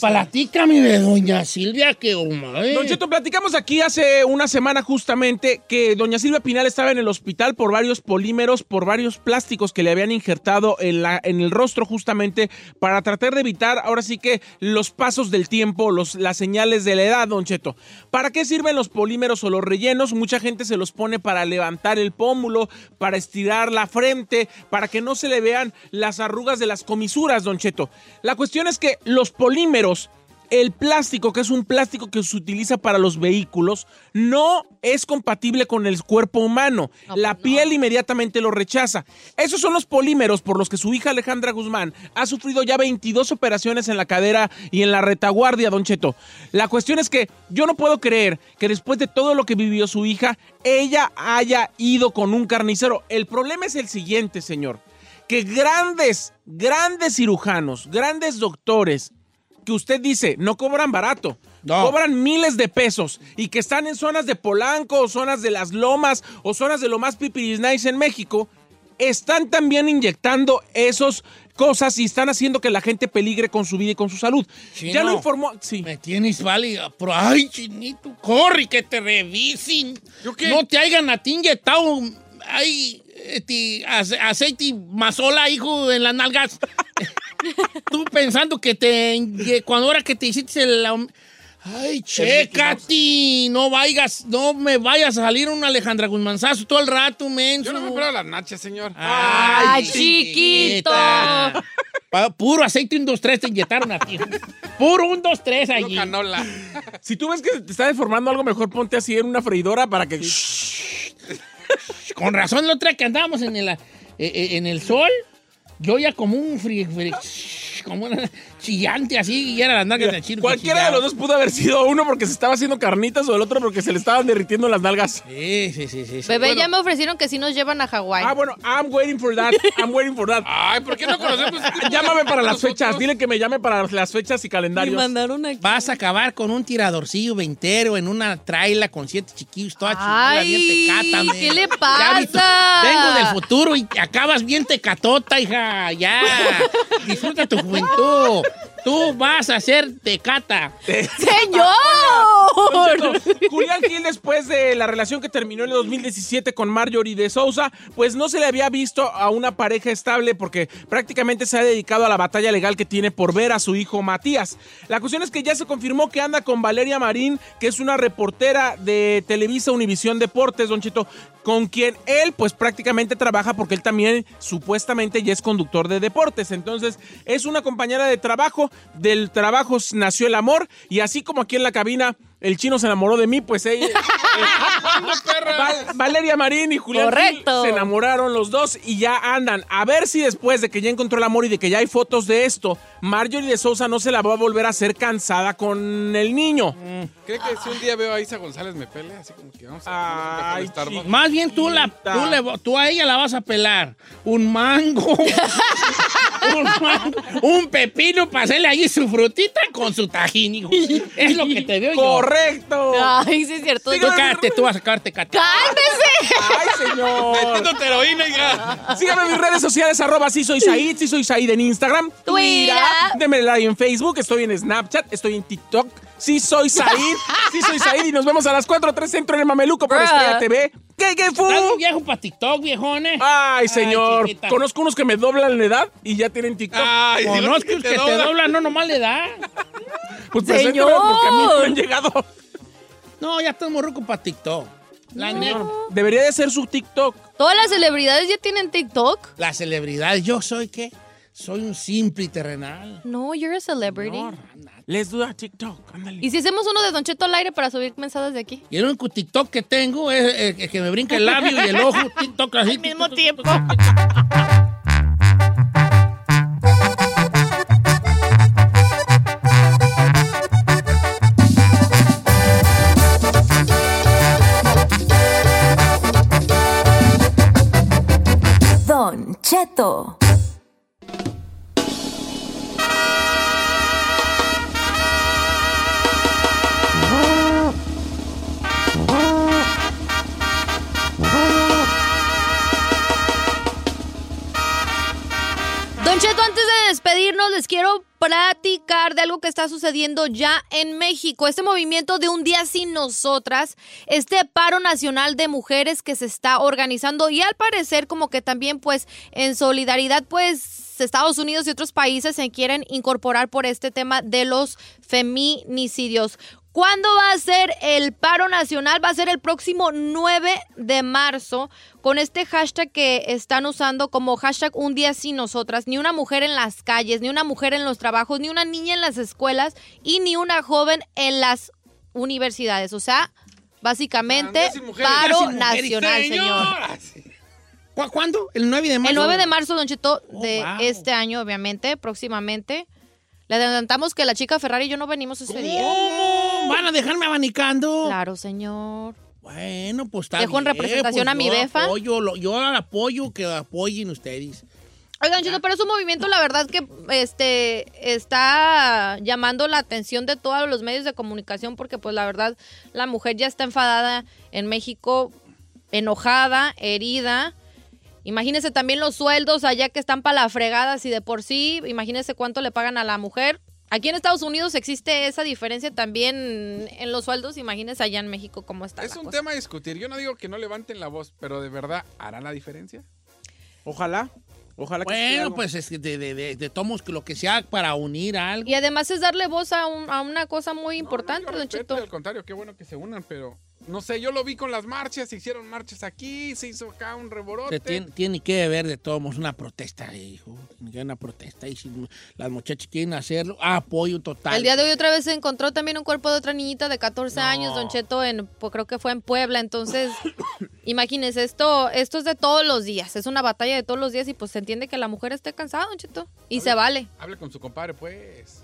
[SPEAKER 5] Platícame de doña Silvia que oh, madre.
[SPEAKER 6] Don Cheto, platicamos aquí hace una semana justamente que doña Silvia Pinal estaba en el hospital por varios polímeros, por varios plásticos que le habían injertado en, la- en el rostro justamente para tratar de evitar ahora sí que los pasos del tiempo, los, las señales de la edad, don Cheto. ¿Para qué sirven los polímeros o los rellenos? Mucha gente se los pone para levantar el pómulo, para estirar la frente, para que no se le vean las arrugas de las comisuras, don Cheto. La cuestión es que los polímeros el plástico, que es un plástico que se utiliza para los vehículos, no es compatible con el cuerpo humano. la piel inmediatamente lo rechaza. Esos son los polímeros por los que su hija Alejandra Guzmán ha sufrido ya 22 operaciones en la cadera y en la retaguardia, Don Cheto. La cuestión es que yo no puedo creer que después de todo lo que vivió su hija, ella haya ido con un carnicero. El problema es el siguiente, señor. Que grandes, grandes cirujanos, grandes doctores, que usted dice no cobran barato. Cobran miles de pesos y que están en zonas de Polanco o zonas de las Lomas o zonas de lo más pipiris nice en México, están también inyectando esas cosas y están haciendo que la gente peligre con su vida y con su salud. ya lo
[SPEAKER 5] Chino,
[SPEAKER 6] informó. Sí.
[SPEAKER 5] Me tienes válida, pero ay, chinito, corre que te revisen. No te hayan a ti inyectado ay, este, ace- aceite y mazola, hijo, en las [laughs] nalgas. Tú pensando que te inye- cuando ahora que te hiciste el am- ay, checati, no vayas, no me vayas a salir un Alejandra Guzmanzazo todo el rato, menso. Yo no me
[SPEAKER 4] Pero las nachas, señor.
[SPEAKER 6] Ah,
[SPEAKER 5] Ay, chiquito. Pa- Puro aceite 1, 2, 3 te inyectaron a [laughs] ti. Puro 1, 2, 3 allí.
[SPEAKER 4] canola.
[SPEAKER 6] Si tú ves que te está deformando algo, mejor ponte así en una freidora para que.
[SPEAKER 5] Con razón, la otra que andábamos en el, eh, eh, en el sol, yo ya como un fri, fri- como una chillante así, y era las nalgas de chino.
[SPEAKER 6] Cualquiera de los dos pudo haber sido uno porque se estaba haciendo carnitas o el otro porque se le estaban derritiendo las nalgas.
[SPEAKER 5] Sí, sí, sí, sí.
[SPEAKER 3] Bebé, ya me ofrecieron que sí nos llevan a Hawái.
[SPEAKER 6] Ah, bueno, I'm waiting for that. I'm waiting for that. Ay, ¿por
[SPEAKER 4] qué no conocemos este tipo de
[SPEAKER 6] Llámame para las
[SPEAKER 4] nosotros?
[SPEAKER 6] fechas. Dile que me llame para las fechas y calendarios.
[SPEAKER 5] [laughs]
[SPEAKER 6] [laughs]
[SPEAKER 5] Vas a acabar con un tiradorcillo ventero en una traila con siete chiquillos, toda chingada,
[SPEAKER 3] Ay,
[SPEAKER 5] bien tecata. men.
[SPEAKER 3] ¿qué le
[SPEAKER 5] Ya vi-
[SPEAKER 3] pasa?
[SPEAKER 5] Vengo del futuro y acabas bien tecatota, hija.
[SPEAKER 3] [laughs]
[SPEAKER 5] Ya. Disfruta tu juventud. Tú vas a ser tecata.
[SPEAKER 6] Eh, [laughs] Don Cheto, Julián Gil, después de la relación que terminó en el 2017 con Marjorie de Sousa, pues no se le había visto a una pareja estable porque prácticamente se ha dedicado a la batalla legal que tiene por ver a su hijo Matías. La cuestión es que ya se confirmó que anda con Valeria Marín, que es una reportera de Televisa Univisión Deportes, Don Cheto, con quien él pues prácticamente trabaja porque él también supuestamente ya es conductor de deportes. Entonces es una compañera de trabajo, del trabajo nació el amor y así como aquí en la cabina el chino se enamoró de mí, pues ella... [laughs] Val- Valeria Marín y Julián
[SPEAKER 3] Correcto.
[SPEAKER 6] Gil se enamoraron los dos y ya andan. A ver si después de que ya encontró el amor y de que ya hay fotos de esto, Marjorie de Sousa no se la va a volver a hacer cansada con el niño.
[SPEAKER 4] ¿Cree que si un día veo a Isa González me pele? Así como que vamos a
[SPEAKER 6] Ay,
[SPEAKER 4] ponernos un café de Starbucks.
[SPEAKER 5] Más bien tú, la, tú, le- tú a ella la vas a pelar. Un mango. [laughs] un, mango, un pepino para hacerle ahí su frutita con su tajín, hijo. Es lo que te veo yo.
[SPEAKER 6] ¡Correcto!
[SPEAKER 3] Ay, sí es cierto.
[SPEAKER 5] Tú cállate, tú vas a sacarte cata.
[SPEAKER 3] ¡Cálmese!
[SPEAKER 6] ¡Ay, señor!
[SPEAKER 4] Metiéndote heroína, hija.
[SPEAKER 6] Síganme en mis redes sociales, arroba si soy Said, si soy Said en Instagram,
[SPEAKER 3] Twitter.
[SPEAKER 6] déme like en Facebook, estoy en Snapchat, estoy en TikTok, si soy Said, si soy Said y nos vemos a las 4 3 Centro en el Mameluco por
[SPEAKER 5] Bruh.
[SPEAKER 6] Estrella TV. ¿Qué, qué fu?
[SPEAKER 5] Estás muy viejo para TikTok, viejones.
[SPEAKER 6] Ay, señor,
[SPEAKER 5] chiquita. Ah,
[SPEAKER 6] conozco unos que me doblan la edad y ya tienen TikTok.
[SPEAKER 4] Ay,
[SPEAKER 5] Conozco que te doblan, no nomás le da.
[SPEAKER 6] Pues preséntemelo porque a mí no me han llegado.
[SPEAKER 5] No, ya estás muy rico para TikTok. La neta.
[SPEAKER 6] Debería de ser su TikTok.
[SPEAKER 3] Todas las celebridades ya tienen TikTok.
[SPEAKER 5] La celebridad, ¿yo soy qué? Soy un simple y terrenal.
[SPEAKER 3] No, you're a celebrity.
[SPEAKER 6] Les duda TikTok, ándale.
[SPEAKER 3] ¿Y si hacemos uno de Don Cheto al aire para subir mensajes de aquí?
[SPEAKER 5] Y el único TikTok que tengo es el que me brinca el labio y
[SPEAKER 3] [laughs]
[SPEAKER 5] el ojo. TikTok así.
[SPEAKER 3] Al mismo tiempo.
[SPEAKER 7] Don
[SPEAKER 3] platicar de algo que está sucediendo ya en México. Este movimiento de un día sin nosotras, este paro nacional de mujeres que se está organizando y al parecer como que también pues en solidaridad pues Estados Unidos y otros países se quieren incorporar por este tema de los feminicidios. ¿Cuándo va a ser el paro nacional? Va a ser el próximo 9 de marzo con este hashtag que están usando como hashtag un día sin nosotras. Ni una mujer en las calles, ni una mujer en los trabajos, ni una niña en las escuelas y ni una joven en las universidades. O sea, básicamente paro
[SPEAKER 5] Sin mujeres,
[SPEAKER 3] nacional, señor.
[SPEAKER 5] Ah, ¿Cu- ¿Cuándo? ¿El 9 de marzo?
[SPEAKER 3] El 9 de marzo, Don Cheto, de
[SPEAKER 5] Oh, wow.
[SPEAKER 3] este año, obviamente, próximamente. Le adelantamos que la chica Ferrari y yo no venimos ese día.
[SPEAKER 5] ¿Van a dejarme abanicando?
[SPEAKER 3] Claro, señor.
[SPEAKER 5] Bueno, pues está
[SPEAKER 3] Dejo en
[SPEAKER 5] bien,
[SPEAKER 3] representación
[SPEAKER 5] pues,
[SPEAKER 3] a mi
[SPEAKER 5] yo
[SPEAKER 3] befa.
[SPEAKER 5] apoyo, lo- yo la apoyo que la apoyen ustedes.
[SPEAKER 3] Oigan, Cheto, pero es un movimiento, la verdad, que este está llamando la atención de todos los medios de comunicación porque, pues, la verdad, la mujer ya está enfadada en México, enojada, herida. Imagínense también los sueldos allá que están para la fregada, si de por sí, imagínense cuánto le pagan a la mujer. Aquí en Estados Unidos existe esa diferencia también en los sueldos, imagínense allá en México cómo está.
[SPEAKER 4] Es
[SPEAKER 3] la
[SPEAKER 4] un
[SPEAKER 3] cosa.
[SPEAKER 4] tema a discutir. Yo no digo que no levanten la voz, pero de verdad, ¿hará la diferencia?
[SPEAKER 6] Ojalá. Ojalá
[SPEAKER 4] que sí
[SPEAKER 5] Bueno,
[SPEAKER 4] algo.
[SPEAKER 5] pues es que de, de, de- de tomos que lo que sea para unir a algo.
[SPEAKER 3] Y además es darle voz a, un- a una cosa muy importante, don Cheto.
[SPEAKER 4] Respeto, al contrario, qué bueno que se unan, pero no sé, yo lo vi con las marchas, se hicieron marchas aquí, se hizo acá un reborote.
[SPEAKER 5] Se tiene, tiene que haber de todos modos una protesta, hijo. Tiene que haber una protesta. Y si las muchachas quieren hacerlo, apoyo total.
[SPEAKER 3] El día de hoy otra vez se encontró también un cuerpo de otra niñita de 14
[SPEAKER 5] No.
[SPEAKER 3] años, Don Cheto, en, pues, creo que fue en Puebla. Entonces, [coughs] imagínense, esto, esto es de todos los días. Es una batalla de todos los días y pues se entiende que la mujer esté cansada, Don Cheto. Y se vale.
[SPEAKER 4] Hable con su compadre, pues.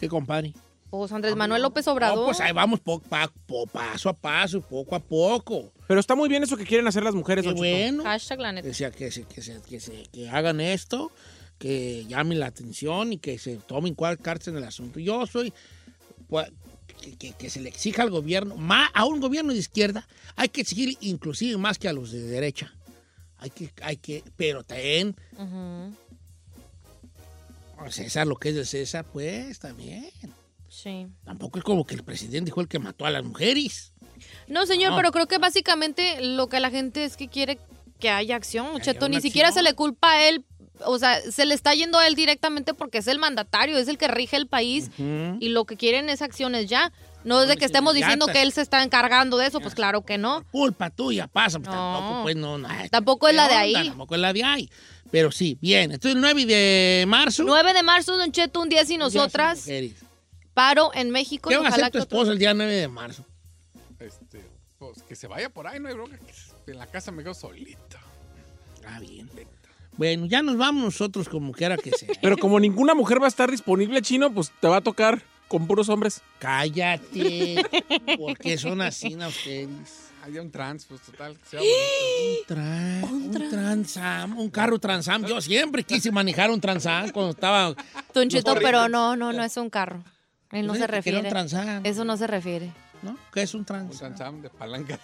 [SPEAKER 5] ¿Qué compadre?
[SPEAKER 3] Pues Andrés Manuel López Obrador.
[SPEAKER 5] No, pues ahí vamos po- pa- po- paso a paso, poco a poco.
[SPEAKER 6] Pero está muy bien eso que quieren hacer las mujeres,
[SPEAKER 5] Qué
[SPEAKER 6] Don Cheto.
[SPEAKER 5] bueno.
[SPEAKER 3] Hashtag la neta.
[SPEAKER 5] Que, sea- que, se- que, se- que se- que hagan esto, que llamen la atención y que se tomen cuál cárcel en el asunto. Yo soy... pues, que, que- que se le exija al gobierno, más, a un gobierno de izquierda, hay que exigir inclusive más que a los de derecha. Hay que, hay que, pero también
[SPEAKER 3] Ujú.
[SPEAKER 5] a oh, César lo que es de César, pues también.
[SPEAKER 3] Sí.
[SPEAKER 5] Tampoco es como que el presidente fue el que mató a las mujeres.
[SPEAKER 3] No, señor,
[SPEAKER 5] Ah, No.
[SPEAKER 3] pero creo que básicamente lo que la gente es que quiere que haya acción, Don Cheto. Ni
[SPEAKER 5] una
[SPEAKER 3] siquiera se le culpa a él. O sea, se le está yendo a él directamente porque es el mandatario, es el que rige el país. y lo que quieren es acciones ya. No es de que estemos diciendo que él se está encargando de eso, pues claro que no.
[SPEAKER 5] Culpa tuya, pasa. pues,
[SPEAKER 3] No.
[SPEAKER 5] Tampoco, pues, no, no, ay,
[SPEAKER 3] Tampoco es la
[SPEAKER 5] ¿qué
[SPEAKER 3] de
[SPEAKER 5] onda?
[SPEAKER 3] ahí.
[SPEAKER 5] Tampoco es la de ahí. Pero sí, bien. Entonces, el 9 de marzo.
[SPEAKER 3] 9 de marzo, Don Cheto, un día sin
[SPEAKER 5] ya son
[SPEAKER 3] nosotras,
[SPEAKER 5] mujeres.
[SPEAKER 3] paro en México.
[SPEAKER 5] ¿Qué
[SPEAKER 3] y
[SPEAKER 5] va a
[SPEAKER 3] ojalá
[SPEAKER 5] hacer tu
[SPEAKER 3] que otro-
[SPEAKER 5] esposa el día 9 de marzo?
[SPEAKER 4] Este, pues que se vaya por ahí, no hay bronca. que En la casa me quedo solito.
[SPEAKER 5] Ah, bien. Bueno, ya nos vamos nosotros como quiera que
[SPEAKER 3] [laughs]
[SPEAKER 5] sea.
[SPEAKER 6] Pero como ninguna mujer va a estar disponible, chino, pues te va a tocar con puros hombres.
[SPEAKER 3] [laughs]
[SPEAKER 5] Cállate. Porque son así a ustedes.
[SPEAKER 4] Había un trans, pues total. que sea
[SPEAKER 5] Un, tran- un transam, un carro transam. Yo siempre quise manejar un transam cuando estaba.
[SPEAKER 3] Don Cheto, pero no, no, no es un carro. Él no
[SPEAKER 5] Pues
[SPEAKER 3] se
[SPEAKER 5] es que quiero
[SPEAKER 3] refiere.
[SPEAKER 5] un transam.
[SPEAKER 3] Eso no se refiere.
[SPEAKER 5] ¿No? ¿Qué es un trans?
[SPEAKER 4] Un transam de palanca.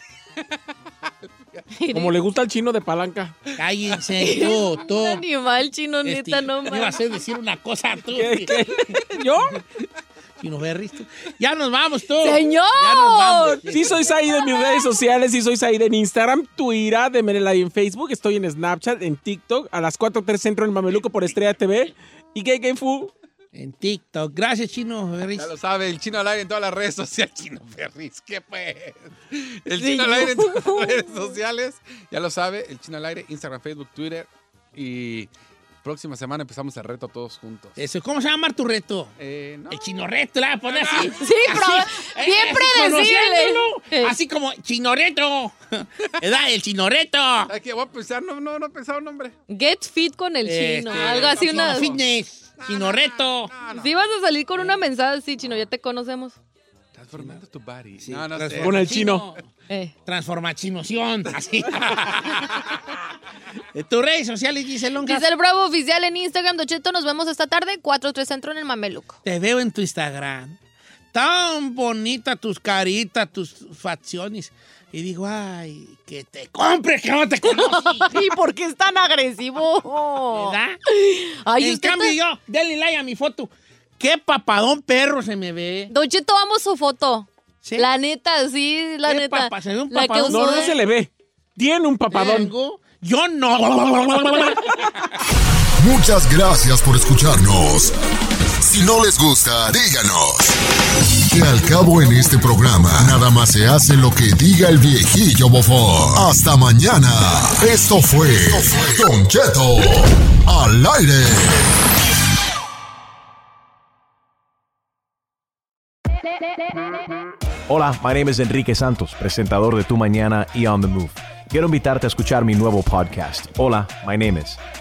[SPEAKER 6] Como le gusta al chino de
[SPEAKER 5] [laughs]
[SPEAKER 6] palanca.
[SPEAKER 3] [laughs]
[SPEAKER 5] Cállense, tú, tú.
[SPEAKER 3] Animal chino,
[SPEAKER 5] Este,
[SPEAKER 3] neta, no
[SPEAKER 5] Iba a
[SPEAKER 3] más.
[SPEAKER 5] hacer decir una cosa
[SPEAKER 3] [laughs]
[SPEAKER 5] tú.
[SPEAKER 6] ¿Yo?
[SPEAKER 5] Chino Berry, tú. Ya nos vamos tú.
[SPEAKER 3] ¡Señor!
[SPEAKER 5] Ya nos vamos.
[SPEAKER 6] Sí, soy Said en mis redes sociales, sí soy Said en Instagram, Twitter, de Merela y en Facebook, estoy en Snapchat, en TikTok, a las 4.3 Centro en Mameluco por Estrella TV y KK Fu.
[SPEAKER 5] En TikTok. Gracias, Chino Berry.
[SPEAKER 4] Ya lo sabe, el chino al aire en todas las redes sociales. [laughs] Chino Ferris, ¿qué pues? El chino al aire en todas las redes sociales. Ya lo sabe, el chino al aire, Instagram, Facebook, Twitter. Y próxima semana empezamos el reto todos juntos.
[SPEAKER 5] Eso, ¿Cómo se llama tu reto?
[SPEAKER 4] Eh, no.
[SPEAKER 5] El chino reto, la pone así.
[SPEAKER 3] [laughs]
[SPEAKER 5] Eh,
[SPEAKER 3] Sí, pero bien predecible.
[SPEAKER 5] conociéndolo, Así como chinoreto. [laughs] ¿Verdad? El chinoreto.
[SPEAKER 4] Aquí voy a pensar, no, no, no he pensado un nombre.
[SPEAKER 3] Get fit con el chino.
[SPEAKER 5] Este,
[SPEAKER 3] Algo así,
[SPEAKER 5] chino
[SPEAKER 3] una.
[SPEAKER 5] Fitness. Eh. Chinoreto.
[SPEAKER 3] Sí, vas a salir con una mensaje así, chino, ya te conocemos.
[SPEAKER 4] Transformando tu body. no, no sé.
[SPEAKER 5] transforma-
[SPEAKER 6] Con el chino.
[SPEAKER 3] Eh.
[SPEAKER 5] Transformachinoción. [laughs] Así.
[SPEAKER 3] [laughs]
[SPEAKER 5] En tus redes sociales, Giselle Longa.
[SPEAKER 3] Dice el Bravo Oficial en Instagram, Don Cheto, nos vemos esta tarde, 4-3 Centro en el Mameluco.
[SPEAKER 5] Te veo en tu Instagram. Tan bonita tus caritas, tus facciones. Y digo, ay, que te compre, que
[SPEAKER 3] [laughs]
[SPEAKER 5] no te conocí.
[SPEAKER 3] ¿Y por qué es tan agresivo?
[SPEAKER 5] ¿Verdad?
[SPEAKER 3] Ay,
[SPEAKER 5] en
[SPEAKER 3] usted
[SPEAKER 5] cambio
[SPEAKER 3] está-
[SPEAKER 5] yo, denle like a mi foto. qué papadón perro se me ve.
[SPEAKER 3] Don Cheto, amo su foto. La neta, sí, la
[SPEAKER 5] ¿Qué
[SPEAKER 3] neta.
[SPEAKER 5] papa? ¿Se ve un
[SPEAKER 3] la que
[SPEAKER 5] papadón?
[SPEAKER 3] usó de-
[SPEAKER 6] le ve. Tiene un papadón.
[SPEAKER 5] Yo no. [laughs]
[SPEAKER 2] Muchas gracias por escucharnos. Si no les gusta, díganos. Que al cabo en este programa, nada más se hace lo que diga el viejillo bofón. Hasta mañana. Esto fue Don Cheto al aire.
[SPEAKER 13] Hola, my name is Enrique Santos, presentador de Tu Mañana y On the Move. Quiero invitarte a escuchar mi nuevo podcast, Hola, my name is,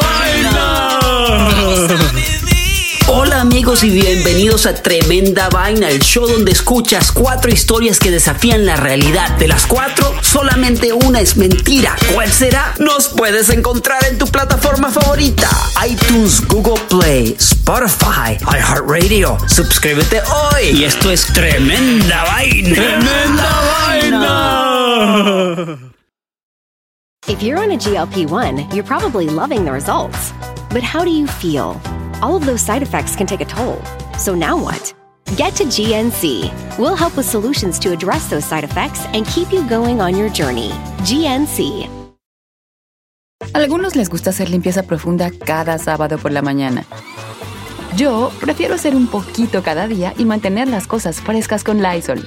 [SPEAKER 14] vaina! Hola amigos y bienvenidos a Tremenda Vaina, el show donde escuchas cuatro historias que desafían la realidad. De las cuatro, solamente una es mentira. ¿Cuál será? Nos puedes encontrar en tu plataforma favorita. iTunes, Google Play, Spotify, iHeartRadio. Suscríbete hoy. Y esto es Tremenda Vaina.
[SPEAKER 15] ¡Tremenda
[SPEAKER 14] Vaina!
[SPEAKER 16] If you're on a GLP 1, you're probably loving the results. But how do you feel? All of those side effects can take a toll. So now what? Get to GNC. We'll help with solutions to address those side effects and keep you going on your journey. GNC.
[SPEAKER 17] Algunos les gusta hacer limpieza profunda cada sábado por la mañana. Yo prefiero hacer un poquito cada día y mantener las cosas frescas con Lysol.